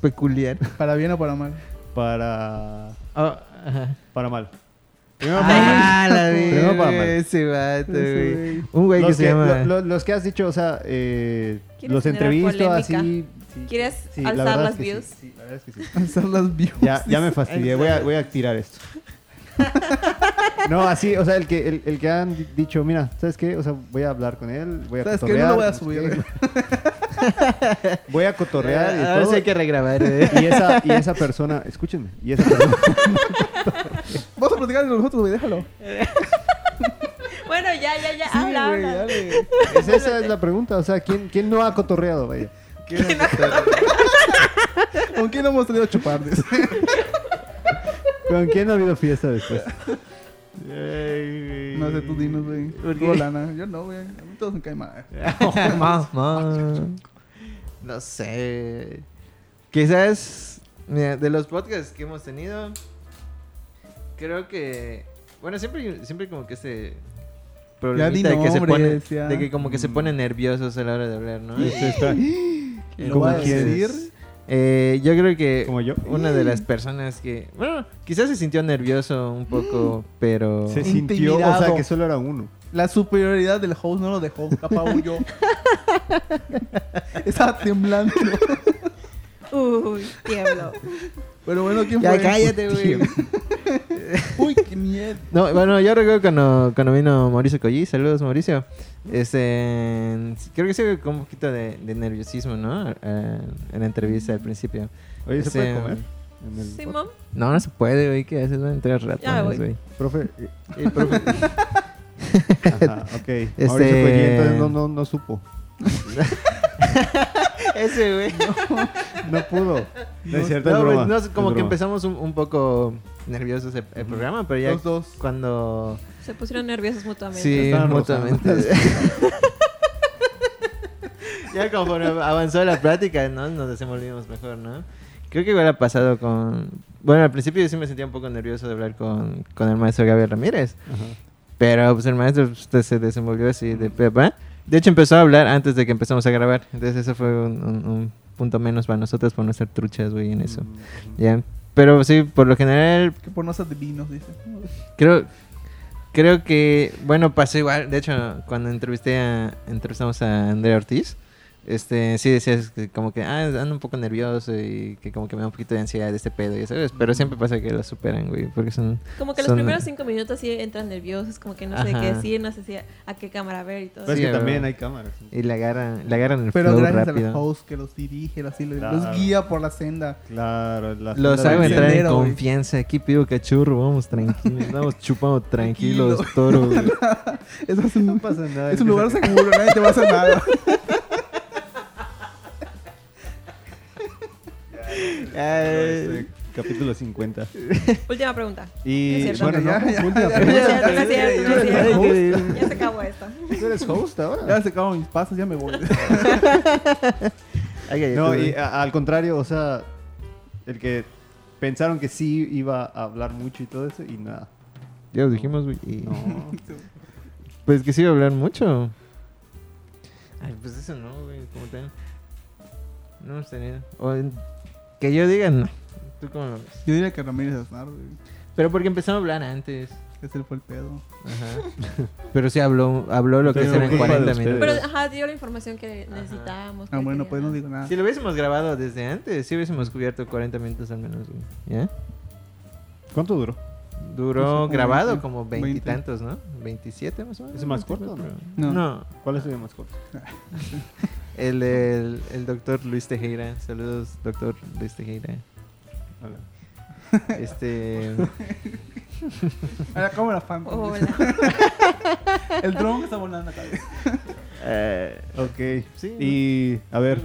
peculiar.
Para bien o para mal.
para,
Ah, ajá.
para mal? Primero para
Ah, la vi.
Primero para mal.
Ese vato,
Ese
güey.
güey.
Un güey
mal.
que
Los
se
que,
llama.
lo- lo- los que has dicho, o sea, eh,
¿Quieres
los
generar
entrevisto
polémica?
así. sí,
¿Quieres
sí, la
alzar
verdad
las
es que sí,
views?
sí, la verdad es que sí.
Alzar las views.
Ya, ya me fastidié, voy a, voy a tirar esto. No, así, o sea, el que, el, el que han di- dicho, mira, ¿sabes qué? O sea, voy a hablar con él, voy a
¿Sabes qué? No
cotorrear.
lo voy a
no sé
subir,
qué. Voy a cotorrear y
Ah, Ahora
todo.
sí hay que regrabar, eh. güey.
Y esa, y esa persona, escúchenme, y esa persona,
Vamos a platicar de nosotros, güey, déjalo.
Bueno, ya, ya, ya.
Sí,
habla,
güey,
habla.
dale.
es- esa es la pregunta, o sea, ¿quién, quién no ha cotorreado? Vaya.
¿Con quién hemos tenido chupar? Dice.
¿Con quién no ha habido fiesta después? Ey,
No sé, tú dinos, güey. Tú, Lana. Yo no, güey. A mí todos me caen mal. Oh,
Mamá. No sé. Quizás mira, de los podcasts que hemos tenido, creo que bueno siempre siempre como que ese problemita
di
de que se pone,
nombres, ya. Mm.
de que como que se ponen nerviosos a la hora de hablar, ¿no?
Esto Este, está-
Y-
Eh,
¿Cómo
entonces,
quieres?
Eh, yo creo que
Como yo.
una de las personas que, bueno, quizás se sintió nervioso un poco,
Mm.
pero...
Se sintió, o sea,
Intimidado.
que solo era uno.
La superioridad del host no lo dejó, capaz huyó. Estaba temblando.
Uy, diablo.
Pero bueno, ¿quién
Ya
fue?
cállate, güey.
Uy, qué miedo.
No, bueno, yo recuerdo cuando, cuando vino Mauricio Colli, saludos Mauricio. Este, creo que sí hubo como un poquito de, de nerviosismo, ¿no? Eh, en la entrevista al principio.
Oye, ¿se
Sí.
puede comer? En el-
Simón,
No, no se puede, güey, que a veces van tres
Ya voy.
ratones, güey.
Profe, eh,
Eh, profe,
ajá, ok. Mauricio Colli, entonces no, no, no supo.
Ese, güey.
No pudo. No es cierto,
No,
es
güey,
broma.
no, es como
es
que
broma.
empezamos un, un poco nerviosos el, el programa, pero ya
Los dos.
cuando...
se pusieron nerviosos mutuamente.
Sí,
Estaban
mutuamente. ya conforme avanzó la plática, ¿no? Nos desenvolvimos mejor, ¿no? Creo que hubiera pasado con... Bueno, al principio yo sí me sentía un poco nervioso de hablar con, con el maestro Gabriel Ramírez. Pero pues el maestro pues, se desenvolvió así de pepa. De hecho, empezó a hablar antes de que empezamos a grabar. Entonces, eso fue un, un- un punto menos para nosotros por no ser truchas, güey, en eso.
Mm.
Ya. Pero sí, por lo general,
Que por no ser divinos, dice.
Creo, creo que, bueno, pasó igual. De hecho, cuando entrevisté a, entrevistamos a Andrea Ortiz, este, sí decías que como que, ah, ando un poco nervioso y que como que me da un poquito de ansiedad de este pedo, ya sabes. Pero siempre pasa que lo superan, güey, porque son...
Como que los
Son-
primeros cinco minutos sí entran nerviosos, como que no sé qué
Ajá.
decir, no sé si a, a qué cámara ver y todo.
Pero es
Sí,
que
bro.
también hay cámaras.
Y le agarran, le agarran el
Pero
flow
gracias al
rápido.
host que los dirige, así, los,
Claro.
los guía por la senda.
Claro, la
Los
la-
hago
del
entrar en
pionero, güey.
confianza. Aquí pido cachurro, vamos tranquilos, vamos chupando tranquilos, toro. güey.
Eso es un,
No pasa nada.
es un lugar seguro, nadie te va a hacer nada.
Ay.
Este, Capítulo 50.
Última pregunta.
Y
Es cierto.
bueno,
Ya,
no,
ya,
última
ya,
No
pregunta.
es cierto, no es cierto, no es cierto. Ya se acabó esto.
¿Tú eres host ahora?
Ya se acabaron mis pasos, ya me voy.
Ay, ay,
No,
ay,
y a- al contrario, o sea, el que pensaron que sí iba a hablar mucho y todo eso, y nada.
Ya lo dijimos, güey. y-
No.
Pues que sí iba a hablar mucho. Ay, pues eso no, güey. Como tal. No hemos tenido. O en- que yo diga, no. ¿Tú cómo lo ves?
Yo diría que Ramírez Aznar, güey.
Pero porque empezamos a hablar antes.
Ese fue el pedo.
Ajá. Pero sí habló, habló lo que
Pero
serán
culpa de
40
ustedes.
minutos.
Pero, ajá, dio la información que necesitábamos.
Ah,
que
bueno, pues no
queríamos.
digo nada.
Si lo hubiésemos grabado desde antes, sí hubiésemos cubierto 40 minutos al menos, güey. ¿Ya?
¿Cuánto duró?
Pues sí,
Duró
como
grabado
20,
como 20 y tantos, ¿no? 27 más o menos.
¿Ese más
24,
corto o no?
No.
No.
¿Cuál es el más corto?
El, del- el doctor Luis Tejera. Saludos, doctor Luis Tejera.
Hola.
Este.
A la cámara fan.
Oh. Hola.
El dron que está volando acá. güey.
eh,
Ok.
Sí,
Y a ver,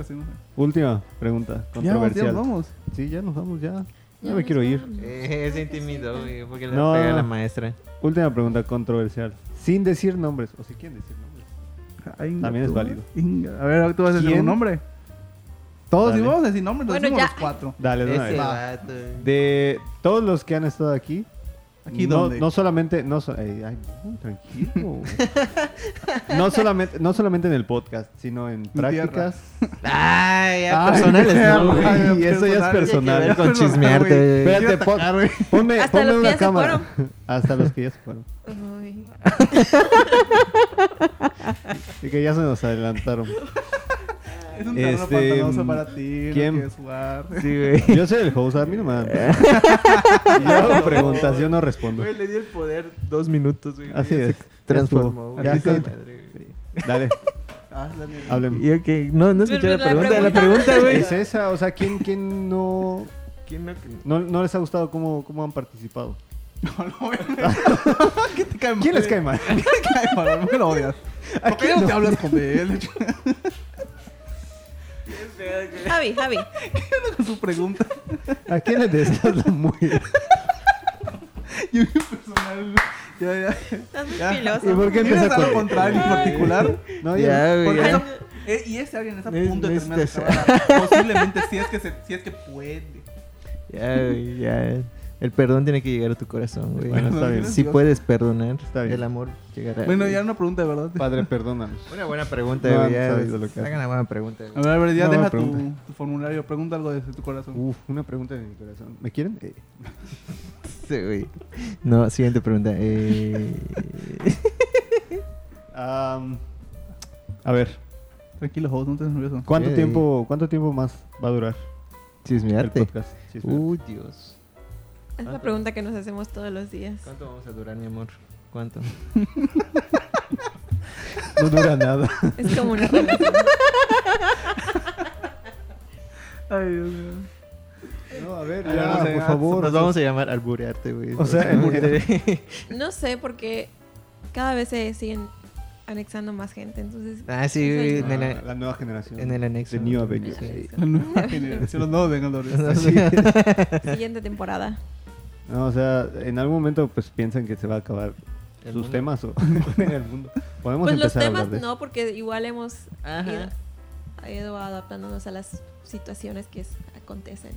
última pregunta
Ya vamos, ya
controversial.
vamos.
Sí, ya nos vamos, ya. Ya
Ya
me
nos
quiero ir.
vamos.
Eh, se intimidó, güey, porque le
No.
pegó a la maestra.
Última pregunta controversial. Sin decir nombres, o si quieren decir nombres.
Ay, inga,
También es
tú,
válido.
inga. A ver, tú vas a decir
¿Quién?
un nombre. Todos,
Dale.
si vamos a decir nombres,
Bueno,
lo decimos
ya.
los cuatro.
Dale, de una
Ese
vez.
vato.
De todos los que han estado aquí,
Aquí
no,
donde.
no solamente, no, so- eh, ay, no, tranquilo. no solamente, no solamente en el podcast, sino en prácticas.
Ay, ya
Ay,
personales, ¿no,
ay,
güey? Tiene
y eso ya es
que ver
personal.
con chismearte. güey.
Espérate, pon- ponme,
Hasta
ponme
los que
una
ya se
cámara. Hasta los que ya se fueron.
Uy.
Y que ya se nos adelantaron.
Es un terreno
Este,
pantanoso para ti. no
¿quién?
quieres jugar.
Sí, güey.
Yo soy el host, a mí no me dan. Yo hago preguntas, yo no respondo.
Güey, le di el poder dos minutos, güey.
Así
Ya
es.
se Transformó,
Ya
güey.
estuvo.
Esa madre, güey.
Dale,
Ah, la mierda.
hablen.
Y ok, no, no escuché
Pero
la
la
pregunta. La
pregunta-
pregunta, güey.
Es esa, o sea, ¿quién, quién no,
¿Quién me-
no, no les ha gustado cómo, cómo han participado?
No, no, güey. ¿Qué te cae mal?
¿Quién les cae mal?
¿Quién te cae mal? No me lo odias. ¿Por qué no te hablas con él?
Javi, Javi.
Con su pregunta.
¿A quién les deseas la muerte?
Yo bien personal. Ya, ya.
Estás muy
Ya.
piloso.
¿Y por qué
¿Quieres
empieza
algo
con
contrario en
Ay.
particular?
No,
Ya,
ya.
güey.
Porque
ya.
eso- eh, y ese alguien está a
No es-
punto de
no es
terminar su
que
Eh.
carrera. Posiblemente si es que se- si es que puede.
Ya, güey, ya. El perdón tiene que llegar a tu corazón, güey.
Bueno, está bien.
si puedes perdonar,
Está bien.
el amor llegará.
Bueno,
güey.
ya una pregunta, ¿verdad?
Padre, perdónanos.
Una buena pregunta,
No,
güey.
no
ya,
sabes
güey.
lo que haces.
Hagan la buena pregunta,
A
güey.
ver, a ver, ya
No,
deja tu,
pregunta.
tu formulario. Pregunta algo desde tu corazón.
Uh.
Uf, una pregunta de mi corazón. ¿Me quieren? Eh,
Sí, güey. No, siguiente pregunta. Eh...
am, a ver,
Tranquilo, host, no te des nervioso.
¿cuánto
Ok.
tiempo, ¿cuánto tiempo más va a durar el
Chismearte.
podcast? Chisme.
Uy, Dios.
Es la pregunta que nos hacemos todos los días.
¿Cuánto vamos a durar, mi amor? ¿Cuánto?
No dura nada.
Es como una relación.
Ay, Dios mío.
No, a ver,
Ay, ya, vamos a-
Ah, por favor.
Nos vamos Ah, a llamar alburearte, güey.
O sea,
Alburearte.
No sé, porque cada vez se siguen anexando más gente, entonces...
ah, sí, güey.
Ah,
En el,
la nueva generación.
en el anexo.
The New Avengers.
La nueva generación. Los nuevos Vengadores.
Así
Siguiente temporada.
No, o sea, en algún momento pues piensan que se va a acabar
El
sus
mundo.
temas o el mundo. Podemos
Pues los
empezar a
temas
hablar de
no, porque igual hemos
Ajá.
ido, ha ido adaptándonos a las situaciones que es- acontecen.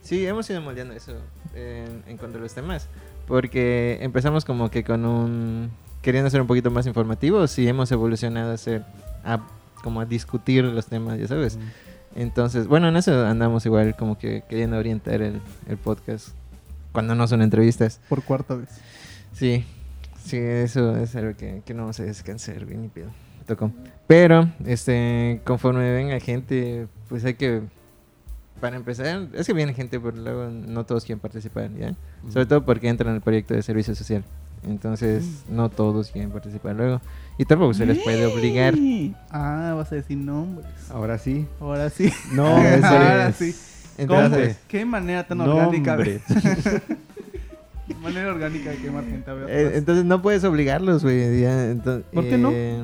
Sí, hemos ido moldeando eso en, en cuanto a los temas. Porque empezamos como que con un... Queriendo ser un poquito más informativos y hemos evolucionado a ser... A, como a discutir los temas, ya sabes.
Mm.
Entonces, bueno, en eso andamos igual como que queriendo orientar el, el podcast cuando no son entrevistas.
Por cuarta vez.
Sí, sí, eso es algo que, que no vamos a descansar, güey, ni pedo. Tocó. Pero, este, conforme venga gente, pues hay que. Para empezar, es que viene gente, pero luego no todos quieren participar, ¿ya? Sobre todo porque entran al proyecto de servicio social. Entonces, no todos quieren participar luego. Y tampoco Pues se les puede obligar.
Ah, vas a decir nombres.
Ahora sí.
Ahora sí.
No,
Ah,
en serio.
Ahora sí.
Entonces, eh.
Nombres. Qué manera tan orgánica.
Nombre.
Manera orgánica de quemar gente. a ver,
eh,
pues.
entonces no puedes obligarlos, güey. ya, ento-
¿Por qué no?
eh,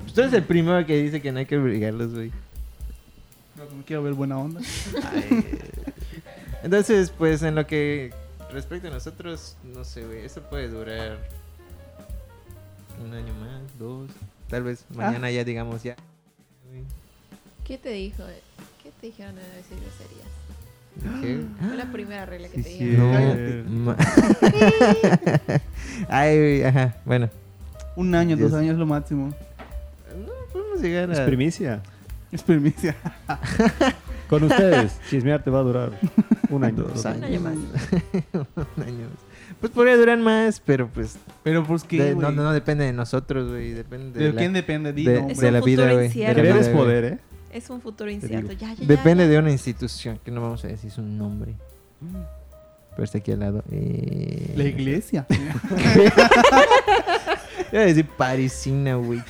pues tú eres el primero que dice que no hay que obligarlos, güey.
Pero como Quiero ver buena onda.
Entonces, pues en lo que respecta a nosotros, no sé, güey, esto puede durar un año más, dos, tal vez
Ah.
mañana ya digamos ya. güey,
¿Qué te dijo? ¿Qué te dijeron de decir groserías?
Ah.
¿qué?
Fue la primera regla que
Sí,
te
sí.
dijeron.
Cállate.
ma- Ay, güey, ajá, bueno,
Un año,
Dios.
dos años es lo máximo.
podemos llegar
Es
a...
primicia.
Es primicia.
Con ustedes, chismearte va a durar un año.
Dos
Un año más.
un año más. Pues podría durar más, pero pues
Pero pues qué,
de-
güey?
no, no, no depende de nosotros, güey, depende de,
¿De
la-
quién depende? Di
de-
nombre.
Es
de
un
la vida,
futuro
güey.
incierto.
de la
Querer es
vida, güey.
poder, ¿eh?
Es un futuro incierto. Ya, ya, ya,
Depende
ya.
de una institución, que no vamos a decir su nombre.
¿eh?
Pero está aquí al lado. Eh,
La iglesia.
Iba a decir parisina, güey.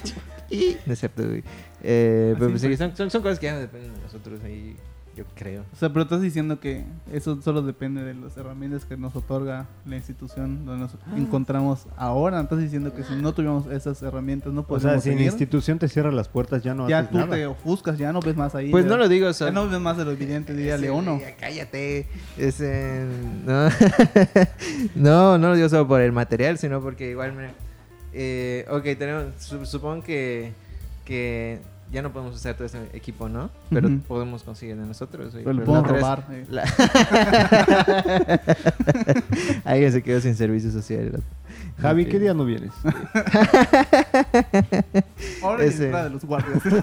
No es cierto, güey. Eh, pero
Así
pues sí,
parece.
son, son- son cosas que ya no dependen de nosotros ahí, yo creo.
o sea, pero estás diciendo que eso solo depende de las herramientas que nos otorga la institución donde nos
Ah.
encontramos ahora. Estás diciendo que si no tuviéramos esas herramientas no
O
podemos
sea, si la
seguir.
institución te cierra las puertas, ya no
ya
haces
tú
nada.
te ofuscas, ya no ves más ahí.
Pues
ya-
no lo digo, o sea,
Ya no ves más de los videntes, diría
ese,
Leono.
güey, ya Cállate. Ese, no. no, no lo digo solo por el material, sino porque igual, mira. eh, ok, tenemos, su- supongo que, que ya no podemos usar todo ese equipo, ¿no? Pero
Ujú.
podemos conseguir de nosotros. güey.
Pero lo
Pero la
podemos
otra vez-
robar. eh.
La- Alguien se quedó sin servicio social.
Javi, ¿qué
Ok.
día no vienes?
Ahora es
ese.
la de los guardias.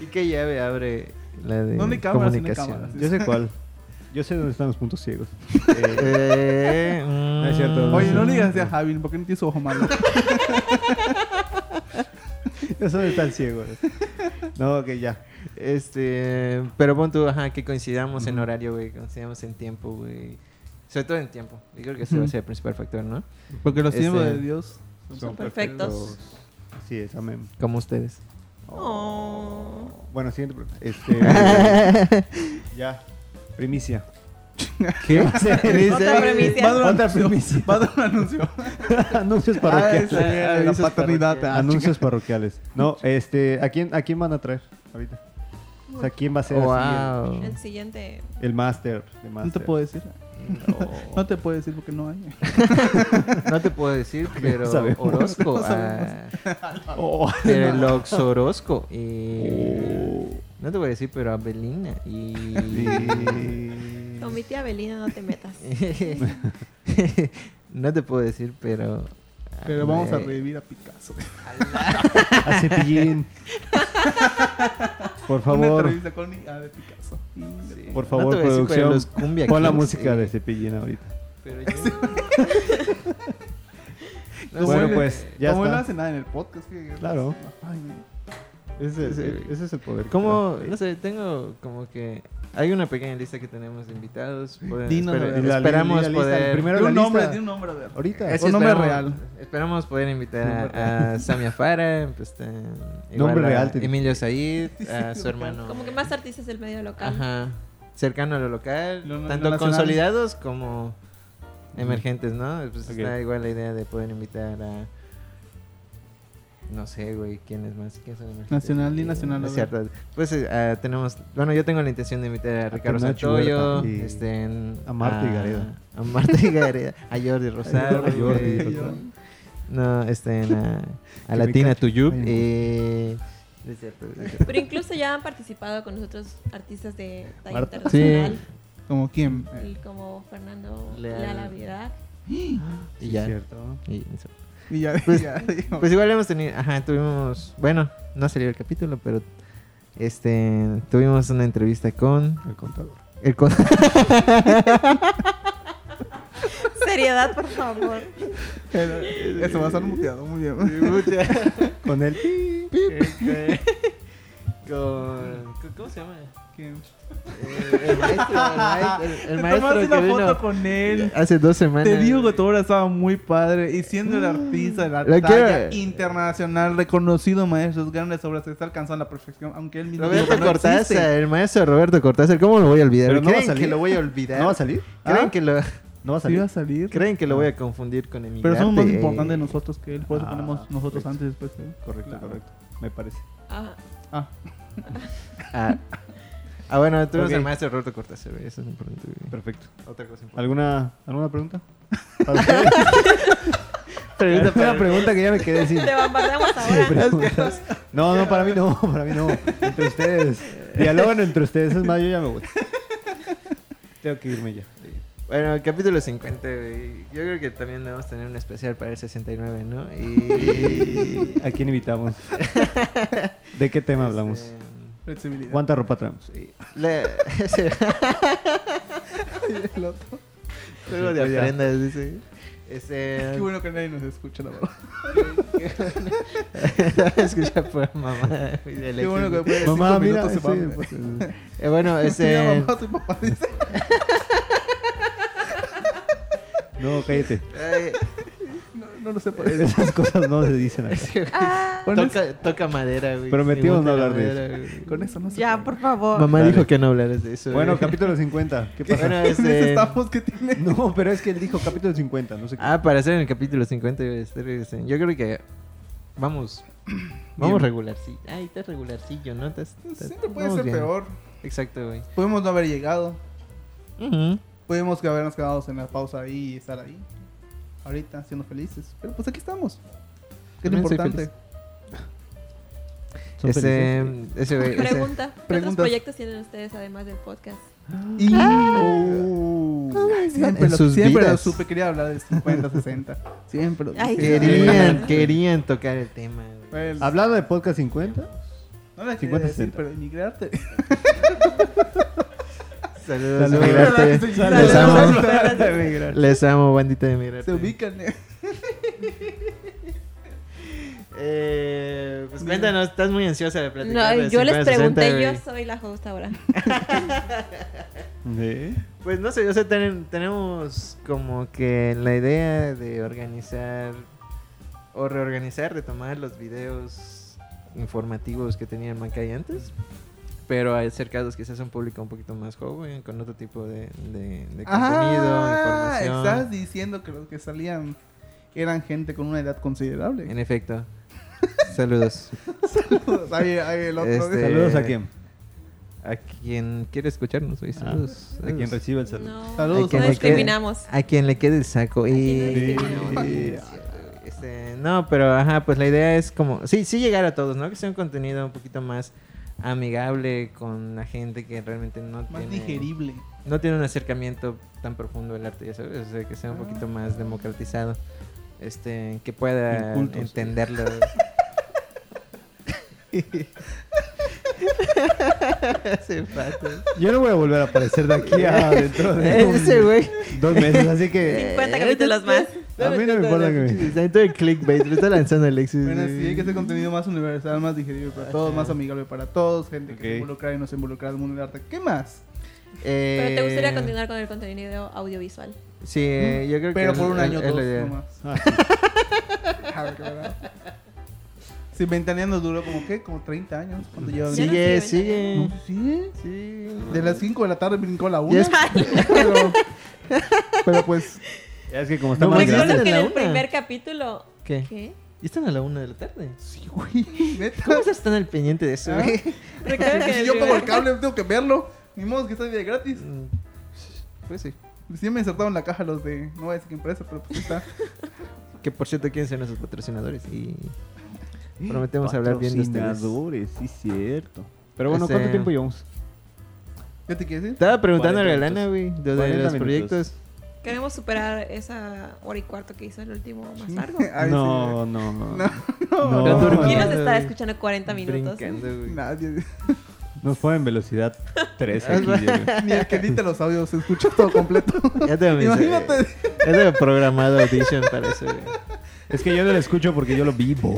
¿Y qué llave abre la de
¿Dónde hay cámaras? ¿Dónde hay
comunicación?
Yo sé cuál. Yo sé dónde están los puntos ciegos.
Eh, mm,
es cierto,
Oye, no le digas así
ya.
a Javi, porque no tiene su ojo malo.
Yo sé dónde está el ciego. No, que ya.
Este, pero pon tú, ajá, que coincidamos en
Ujú.
horario, güey, coincidamos en tiempo, güey. Sobre todo en tiempo. Yo creo que ese va a
Ujú.
ser el principal factor, ¿no?
Porque los
Ese.
tiempos de Dios
Son perfectos.
Así es, amén.
Como ustedes.
Oh.
Bueno, siguiente pregunta. Este, ya. Primicia.
¿Qué? Dice-
Otra premisa.
Va a durar-
Otra primicia.
va a dar un anuncio.
Anuncios
Ah,
parroquiales.
esa, la
Avisos
paternidad.
parroquiales.
ah,
Anuncios parroquiales. No, este, ¿a quién, ¿a quién van a traer ahorita? O sea, ¿quién va a ser así
Wow.
El siguiente.
el, el máster? de
No te
máster? Oh.
puedo decir.
No.
No te puedo decir porque no hay.
No te puedo decir, pero
sabemos.
Orozco.
No
ah,
Oh,
pero el Ox Orozco. eh, no te voy a decir, pero Abelina. Y.
y-
Con mi tía Belina no te metas.
no te puedo decir, pero.
Ah,
Pero vamos a
Eh,
revivir a Picasso.
A Cepillín. Por
Una
favor,
entrevista con ah, de Picasso. Sí.
por
No
favor,
te voy a decir, pero
producción.
los cumbia
pon la
kings,
música
eh,
de Cepillín ahorita.
pero yo- No
Bueno,
sé,
pues, ya
Como él no
está.
hace nada en el podcast. que-
Claro.
Ay, no.
Ese,
ese- ese
es el poder.
¿Cómo? No sé, tengo como que. Hay una pequeña lista que tenemos de invitados. Pueden-
Dinos,
espera-
a ver.
La-
esperamos
la lista,
poder.
primero-
Di
la
un nombre,
lista.
di un nombre. de-
Ahorita.
Es
Un nombre real.
Esperamos poder invitar a Samia Farah, pues, este, igual
Nombre
a
real, te-
Emilio Said, a su hermano.
Como que más artistas del medio local.
Ajá. Cercano a lo local,
Lo- lo
tanto
nacional.
consolidados como emergentes, ¿no? Pues
Ok.
está igual la idea de poder invitar a. No sé, güey, ¿quién es más? ¿Quién son emergentes?
Nacional y
Eh,
nacional,
no es
a ver.
cierto. Pues eh, ah, tenemos. Bueno, yo tengo la intención de invitar a Ricardo
Nacho Huerta
Santoyo,
y-
este, en-
a Marta y Gareda.
A Marta y Gareda, a Jordi Rosado.
Jordi
güey.
Rosado.
No, este, en, a, a
me
Latina
cacho.
Tuyup.
Ay, no.
Eh, no es cierto, no es cierto.
Pero incluso ya han participado con nosotros artistas de talla
Marta.
internacional.
Como quién.
y Como Fernando
Leal.
La Navidad.
Y ya.
Oh, Cierto.
Y eso.
Y ya,
Pues-
ya digo.
Pues igual hemos tenido, ajá, tuvimos, bueno, no salió el capítulo, pero este, tuvimos una entrevista con
El contador.
el co-
Seriedad, por favor.
Eso va
eh,
a estar muteado, muy bien.
Con él.
Este, con, con- ¿cómo se llama?
¿Quién?
Eh, el maestro, el maestro, el- el
Te
maestro
tomaste
que
una
vino
foto con él.
hace dos semanas.
Te digo que tu obra estaba muy padre y siendo
Ah.
el artista de la
Lo
talla
quiero-
internacional, reconocido maestro, grandes obras que está alcanzando la perfección, aunque él mismo dijo
Roberto
que no
Cortázar,
eh,
existe.
el maestro Roberto Cortázar, ¿cómo lo voy a olvidar?
Pero no va a
¿Creen
salir.
que lo voy a olvidar?
¿No va a salir?
¿Creen,
¿Ah?
que lo,
¿No va a
Sí
salir?
iba a salir.
¿Creen que lo voy a confundir con Emigrante?
Pero somos más
de
importantes nosotros que él, por eso
eh. Ah,
ponemos nosotros
correcto.
antes y después que él.
Correcto, correcto. Me parece.
Ah,
Ah,
Ah, Ah, bueno, tuvimos
Ok.
el maestro Roberto Cortázar, güey, eso es importante. güey.
Perfecto.
Otra cosa importante.
¿Alguna, ¿alguna pregunta? Para ustedes.
Pregunta, una pregunta que ya me quedé sin.
te bombardeamos ahora.
preguntas. No, no, para mí no, para mí no. Entre ustedes. Dialogan entre ustedes. Es más, yo ya me voy. Tengo que irme ya.
Bueno, el capítulo 50, güey. Yo creo que también debemos tener un especial para el 69, ¿no? Y.
¿A quién invitamos? ¿De qué tema hablamos?
flexibilidad.
¿Cuánta ropa traemos?
Este, le- ese-
El otro.
Juego de ofrendas, dice. Este.
Qué bueno que nadie nos escucha, la verdad.
Escucha por mamá.
Qué bueno que puede
Mamá, mira,
Eh, minutos se
ese- pues,
va.
Eh, bueno,
Mira,
ese.
mamá, tu papá dice.
No, cállate.
Ay,
No, no lo sé por eso.
Esas cosas no se dicen acá.
ese güey.
Bueno,
Toca, toca madera, güey.
Prometimos
Sí,
no
toca
hablar de
madera, güey.
Con eso no se
Ya,
puede.
por favor.
Mamá
Dale.
dijo que no hablaras de eso. eh.
Bueno,
güey.
capítulo 50. ¿Qué pasa?
Bueno,
En ese
este...
estamos que tiene.
No, pero es que él dijo capítulo 50. No sé qué.
Ah, para hacer en el capítulo 50 iba a estar, este, Yo creo que vamos. Vamos regularcillo. Ay, estás regularcillo, ¿no? Estás- estás-
Siempre puede
vamos
ser
bien.
peor.
Exacto, güey.
Podemos no haber llegado.
Ujú.
Podemos que habernos quedado en la pausa ahí y estar ahí. Ahorita siendo felices. Pero pues aquí estamos. Que es lo
También soy
importante.
¿Son
Este,
felices?
ese güey. ese-
Pregunta. ¿Qué otros
Preguntas.
proyectos tienen ustedes además del podcast?
Y
Ah.
oh,
Uh,
siempre,
En
lo,
sus
siempre lo
vidas.
supe. Quería hablar de 50, 60. Siempre lo
Ay,
dije.
Querían, querían tocar el tema, güey.
Pues,
Hablando de podcast 50,
No la quería
50,
decir,
60.
pero inmigrarte.
Saludos,
Saludos.
migrante.
Saludos.
Les amo.
Saludos.
Les amo, bandita de migrante.
Se ubican. eh.
Eh, pues cuéntanos, estás muy ansiosa de platicar.
No,
de
yo les
50, 60,
pregunté, yo
güey.
soy la host ahora.
¿eh?
Pues no sé, o sea, ten- tenemos como que la idea de organizar o reorganizar, retomar los videos informativos que tenía el Macay antes, pero acercados quizás a un público un poquito más joven, con otro tipo de, de- de contenido,
Ah,
información.
estás diciendo que los que salían eran gente con una edad considerable.
En efecto. Saludos.
Ahí- ahí el otro.
Este,
Saludos a quién.
A quien quiere escucharnos hoy,
Ah,
saludos.
A quien
Saludos.
recibe el saludo.
No,
Saludos.
no
Hay que-
discriminamos.
A quien le quede el saco.
quien le
Eh,
discriminamos.
eh, este, no, pero ajá, pues la idea es como. Sí, sí, llegar a todos, ¿no? Que sea un contenido un poquito más amigable con la gente que realmente no
Más
tiene...
digerible.
no tiene un acercamiento tan profundo al arte, ya sabes, o sea, que sea un poquito más democratizado, este, que pueda
Incultos.
entenderlo. Ese pato.
Yo no voy a volver a aparecer de aquí a dentro de un-
Ese güey.
dos meses, así que
50 capítulos más.
a mí no me importa que me...
Está todo el clickbait, lo está lanzando Alexis.
Bueno,
güey.
sí, hay que hacer contenido más universal, más digerible para todos, más amigable para todos, gente que se
Ok.
involucra y no se involucra del mundo del arte. ¿Qué más?
Eh,
Pero te gustaría continuar con el contenido audiovisual.
Sí, eh, yo creo que
Pero
es-
por un
es-
año o
es la
dos
idea.
nomás.
Ah,
A ver, qué verdad. Sí, ventaneando duró como, ¿qué? Como 30 años. cuando lleva
Sí.
Sigue,
no sé,
sigue.
No, ¿Sí?
Mm. Sí.
De las 5 de la tarde brincó a la 1.
Ya es-
Pero, pero pues,
ya es que como está
No,
más
pues,
grande...
grande
Recuerdo que en
la
el
una.
primer capítulo.
¿Qué?
¿Qué?
Ya están a la una de la tarde.
sí, güey. Neta.
¿Cómo estás tan al pendiente de eso,
Ah.
güey?
Recuerdo que en
Si
el
yo pago el
primer-
cable, tengo que verlo. Ni modo que está de gratis.
Mm, Pues sí.
Sí me insertaron la caja los de, no voy a decir qué empresa, pero pues está.
Que por cierto, quieren ser nuestros patrocinadores y prometemos hablar bien de ustedes.
Patrocinadores, sí, cierto. Pero bueno,
Este-
¿cuánto tiempo llevamos?
¿Ya te quieres decir?
Estaba preguntando a
40
Galana, güey, de- de
40
los
minutos.
proyectos.
Queremos superar esa hora y cuarto que hizo el último más largo.
Ay, sí,
no, no, no,
No.
No.
Tanto
No.
¿Quién nos
brincando,
está
güey.
escuchando 40 minutos?
Brincando, güey.
Nadie.
Nos fue en velocidad 13 aquí. llega.
Ni el que edita los audios, se escucha todo completo.
Ya te lo
Imagínate.
Ya te lo programado Audition para eso, güey.
es que yo no lo escucho porque yo lo vivo.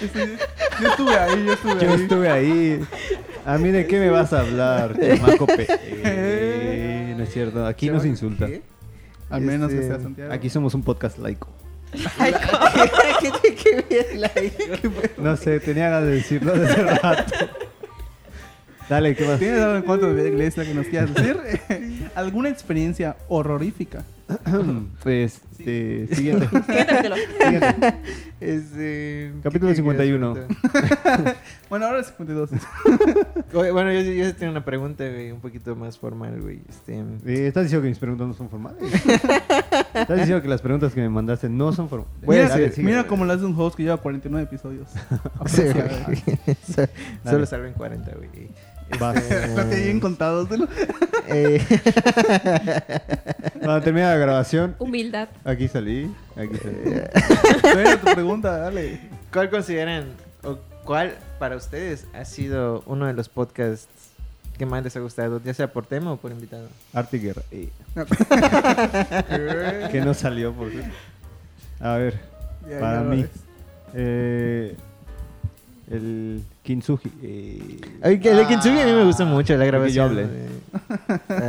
Sí, Yo estuve ahí, yo estuve
Yo
ahí.
estuve ahí. A mí de qué me vas a hablar, chamaco pe- Eh, No es cierto, aquí nos insulta.
¿Qué?
Al menos que
Este,
sea Santiago.
Aquí somos un podcast laico.
¿Qué te- qué bien, like?
No sé, tenía ganas de decirlo desde hace rato. Dale, ¿qué más?
¿Tienes algo en cuanto de la iglesia que nos quieras decir? ¿Alguna experiencia horrorífica?
Pues, eh, siguiente.
Siguiente capítulo.
Siguiente.
Este, ¿qué
Capítulo
te
51.
querías
Bueno, ahora es 52.
preguntar? Oye, Bueno, yo, yo tengo una pregunta, güey, un poquito más formal, güey. Este,
Eh, ¿Estás diciendo que mis preguntas no son formales? ¿Estás diciendo que las preguntas que me mandaste no son formales?
Voy a
mira
decir-
dale, sigue.
mira cómo lo hace un host que lleva 49 episodios.
Sí,
Aprecia,
güey.
¿verdad?
So-
Dale.
Solo salgo en 40, güey. Este,
Vas.
Los que lleguen contados. de lo-
Eh,
Cuando termina la grabación,
Humildad.
aquí salí. Aquí salí.
Bueno, tu pregunta, dale.
¿Cuál consideran o cuál para ustedes ha sido uno de los podcasts que más les ha gustado, ya sea por tema o por invitado?
Arte y guerra. Eh. que no salió por A ver,
Ya,
Para
ya lo
mí.
ves.
eh, el Kintsugi. eh,
Ay, que el
Ah.
de Kintsugi a mí me gusta mucho la
Porque yo hablé.
grabación.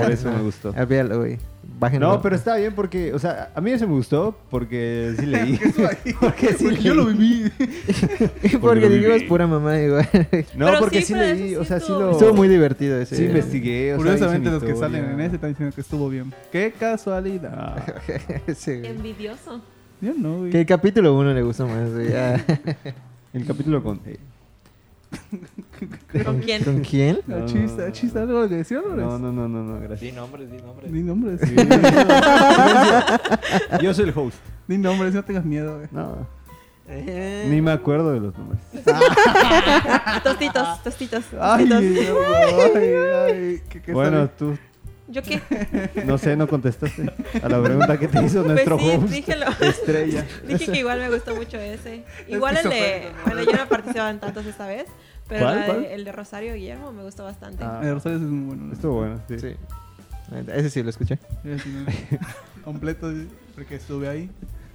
por eso me gustó.
Habíalo, güey. Bájenlo.
No, pero está bien porque, o sea, a mí ese me gustó porque sí leí. porque sí
Porque yo lo
leí.
viví.
Porque dijimos pura mamá igual.
No,
Pero
porque
sí,
sí,
pero eso
leí,
sí
o sea, sí
estuvo-
lo...
Estuvo muy divertido ese.
Oh. Sí investigué, o sea,
Curiosamente,
hice mi
los que salen en
historia.
ese están diciendo que estuvo bien. ¡Qué casualidad!
Ah,
Sí,
Em.
güey.
Envidioso.
Yo no, güey.
Que el capítulo 1 le gustó más, güey. Ah.
el capítulo con... eh,
¿Con quién?
¿Con quién?
No,
Achis,
no, no,
achis,
no.
ah, algo que decir, no,
No, no, no, no, no, gracias.
Di nombres, di nombres.
Ni nombres.
Yo soy el host.
Ni nombres, no tengas miedo, güey.
No,
Eh.
ni me acuerdo de los nombres.
Tostitos, tostitos.
Ay,
tostitos.
ay, ay, ¿qué- qué
Bueno,
sale?
tú,
¿Yo qué?
no sé, no contestaste a la pregunta que te hizo
Pues
nuestro
sí,
host.
dígelo.
Este.
Estrella.
Dije que igual me gustó mucho ese. Igual el de.
Esquizofrénico, ¿no?
Bueno, yo no participaba en tantos esta vez. Pero
¿Cuál,
la de-
cuál?
el de Rosario Guillermo me gustó bastante.
Ah.
El Rosales es muy bueno. ¿no?
Estuvo bueno, sí.
Sí. Ese sí lo escuché.
Yo sí, no. Completo, sí, porque estuve ahí.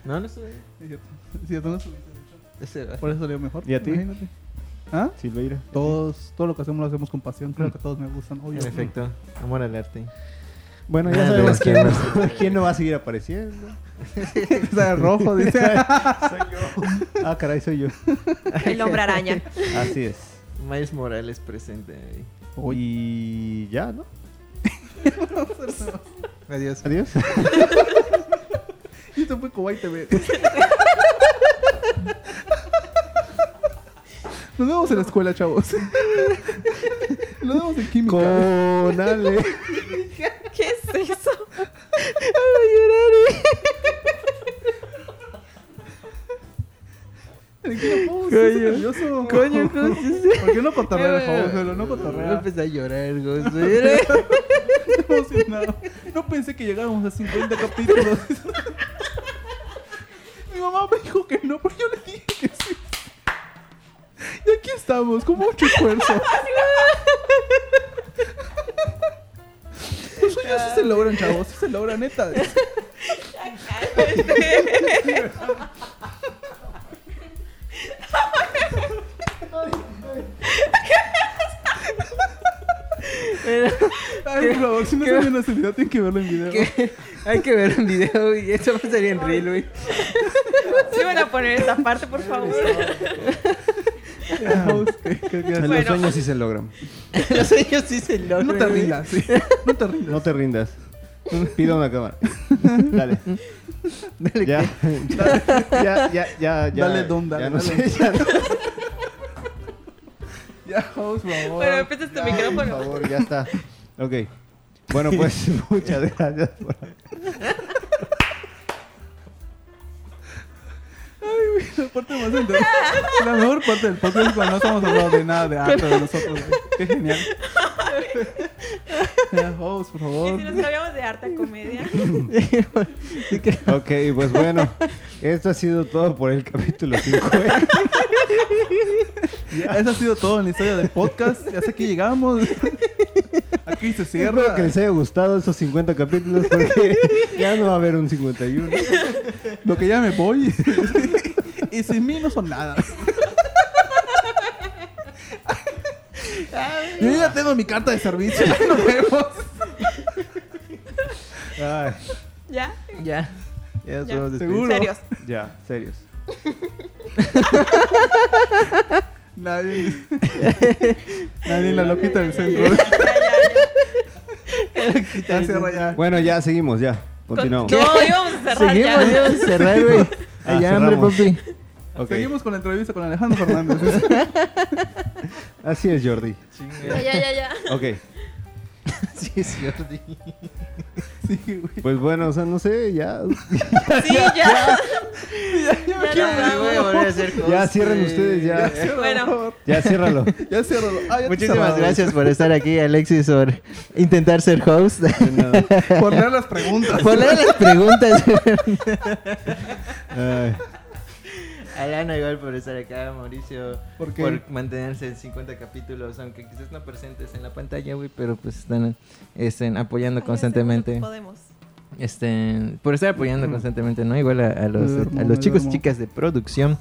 No, no estuve.
Es cierto. Es cierto, no estuviste, de hecho.
Ese,
Por eso salió mejor.
¿Y a ti?
imagínate. ¿Ah?
Silveira.
Todos, todo lo que hacemos lo hacemos con pasión. Creo que todos me gustan, obvio.
En efecto, amor al arte.
Bueno,
Ah,
ya sabemos
de
quién,
los
quién no va a seguir apareciendo.
Está de rojo, dice.
Ah, caray, soy yo.
El hombre araña.
Así es.
Miles Morales presente. ahí.
Y ya, ¿no?
Adiós.
Adiós.
Y esto fue Kuwait TV. Nos vemos en la escuela, chavos. Nos vemos en química.
Con Ale.
¿Qué es eso?
llorar,
Oh,
Coño.
nervioso.
Coño, entonces.
¿Por qué no cotorrea el Houselo? No
Yo
cotorrea.
empecé Eh. a llorar, güey.
emocionado. No pensé que llegáramos a 50 capítulos. Mi mamá me dijo que no, pero yo le dije que sí. Y aquí estamos, con mucho esfuerzo. Los sueños sí se logran, chavos. Sí se logran, neta. Ay, por favor, si no saben la seriedad, tienen que verlo en video.
¿Qué? Hay que ver un video, güey. Esto va a salir en reel, güey.
Sí, van a poner esta parte, por favor.
Chavos, que- que- que-
Los
Bueno.
sueños sí se logran.
Los sueños sí se logran.
No te
güey.
rindas, sí. No te rindas.
No te rindas. Pido una cámara. Dale.
Dale,
Ya,
que-
ya, ya, ya, ya.
Dale, don, dale,
Ya no
dale.
sé, ya no-
Ya, House, por favor.
Bueno, empieza tu
Por
micrófono.
favor, ya está. Ok. Bueno, pues muchas gracias por
La parte más interesante. La mejor parte del podcast es cuando no estamos hablando de nada de arte de nosotros. güey. Qué genial. Ya, Host, por
Y
favor.
si nos cambiamos de harta comedia.
Ok, pues bueno, esto ha sido todo por el capítulo 5.
Eso ha sido todo en la historia del podcast. Ya sé que llegamos. Aquí se
Espero
cierra.
que les haya gustado esos 50 capítulos porque ya no va a haber un 51.
Lo que ya me voy. Y sin mí no son nada. Yo ya tengo mi carta de servicio. Nos vemos.
Ay,
¿Ya?
Ya. Ya nos
Ya.
vamos después.
Seguro.
Serios.
ya, serios.
Nadie. Nadie la loquita del centro. Gracias, Raya.
Bueno, ya seguimos, ya. Continuamos.
No, íbamos a cerrar
Seguimos,
ya.
íbamos a cerrar, güey.
Ah,
Allá, hombre,
cerramos.
papi.
Ok,
Seguimos con la entrevista con Alejandro Fernández.
Así es, Jordi.
Ya, ya, ya, ya.
Ok,
Sí, es Jordi.
Sí, güey.
pues bueno, o sea, no sé, ya.
Sí, ya. Ya nos
Ya,
vamos.
voy a volver a hacer host,
Ya cierren
güey.
ustedes, ya.
Bueno,
Ya, ciérralo.
Ya cierro. Ah, ya te
Muchísimas
cerraba.
gracias por estar aquí, Alexis, por intentar ser host.
De nada.
Por leer las preguntas.
Por leer las preguntas.
Ay,
Alana, igual por estar acá, Mauricio.
¿Por qué?
Por mantenerse en 50 capítulos, aunque quizás no presentes en la pantalla, güey, pero pues están estén apoyando constantemente.
Podemos.
Este, por estar apoyando constantemente, ¿no? Igual a, a los,
Me duermo,
a
me
los chicos y
duermo.
chicas de producción.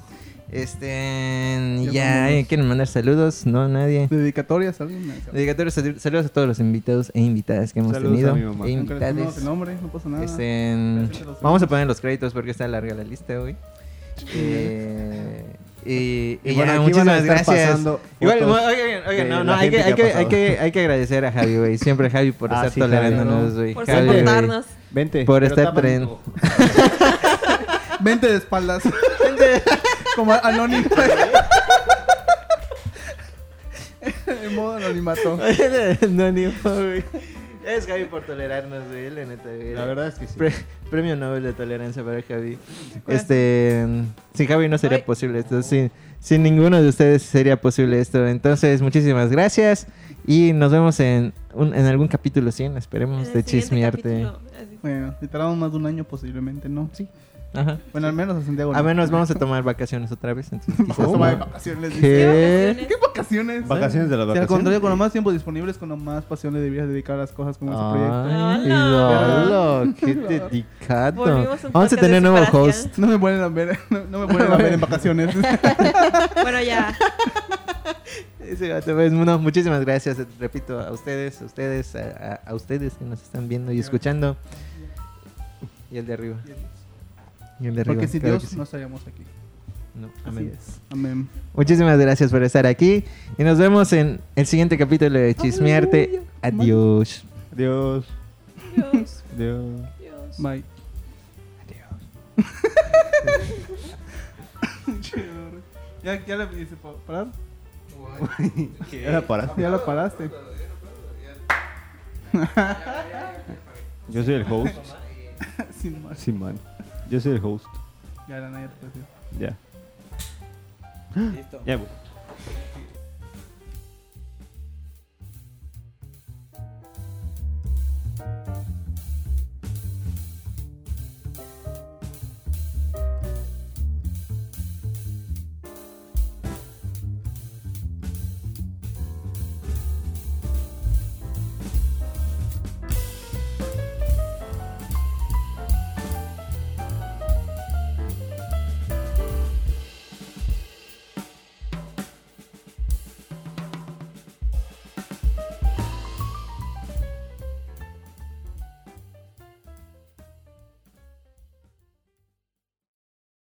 Este,
Ya
y ya,
vámonos.
¿quieren mandar saludos? No, nadie.
Dedicatorias, alguien. me-
Dedicatorios, sal- saludos a todos los invitados e invitadas que hemos
Saludos
tenido.
a mi mamá.
E
Aunque les pongamos
invitades.
el nombre, no pasa nada.
Este,
los
vamos a poner los créditos porque está larga la lista hoy. Eh, y, y
Y bueno, aquí
ya,
van a
muchísimas
estar
gracias.
pasando
Igual,
fotos
mo- oigan, oigan,
de
no, no,
la
hay que,
gente
hay,
que ha
que, hay,
pasado.
que, hay que agradecer a Javi, güey. Siempre a Javi por
Ah,
estar
sí, Javi,
tolerándonos,
¿no?
güey.
Por
Javi, güey.
soportarnos.
Vente.
Por
Pero
estar
tapa
tren.
tu ojo.
Vente de espaldas. Como anónimo. en modo anonimato.
no, ni modo, güey. Es Javi por tolerarnos, güey, la neta, güey.
La verdad es que sí.
Pre- premio Nobel de Tolerancia para Javi. Este, sin Javi no sería
Ay.
posible esto, sin, sin ninguno de ustedes sería posible esto. Entonces, muchísimas gracias y nos vemos en, un- en algún capítulo 100, esperemos,
En
de
el siguiente
chismearte.
capítulo, así.
Bueno, si tardamos más de un año posiblemente, ¿no? Sí.
Ajá.
Bueno, al menos a Santiago.
A
no.
menos vamos a tomar vacaciones otra vez. entonces,
Vamos a
quizás
tomar
no.
vacaciones. dice.
¿Qué?
¿Qué?
¿Qué vacaciones?
Vacaciones de las
Si al contrario,
vacaciones.
con lo más tiempo disponible es con lo más pasión le debías dedicar a las cosas como
Ah,
ese proyecto.
Ay,
Hola.
hola, qué dedicado.
Volvimos
Vamos
un podcast
a
de
tener nuevo host.
separación.
No me pueden ver, no, no me pueden ver en vacaciones.
Bueno, ya.
Ese gato, pues, no, muchísimas gracias, repito, a ustedes, a ustedes, a, a- a ustedes que nos están viendo y escuchando. Y el de arriba. Y el de arriba.
Porque sin
claro
Dios
que sí.
no estaríamos aquí.
No,
Así
amén.
es. Amén.
Muchísimas gracias por estar aquí y nos vemos en el siguiente capítulo de Chismearte. Adiós.
Dios,
Dios,
Dios.
Dios.
Bye. ¿Ya, ya le dice pa- parar?
Ya la paraste.
Ya la paraste.
Yo soy el host.
Sin más.
Sí, man. Yo soy el host.
Ya la nadie te puede decir.
Ya.
Listo.
Ya, güey.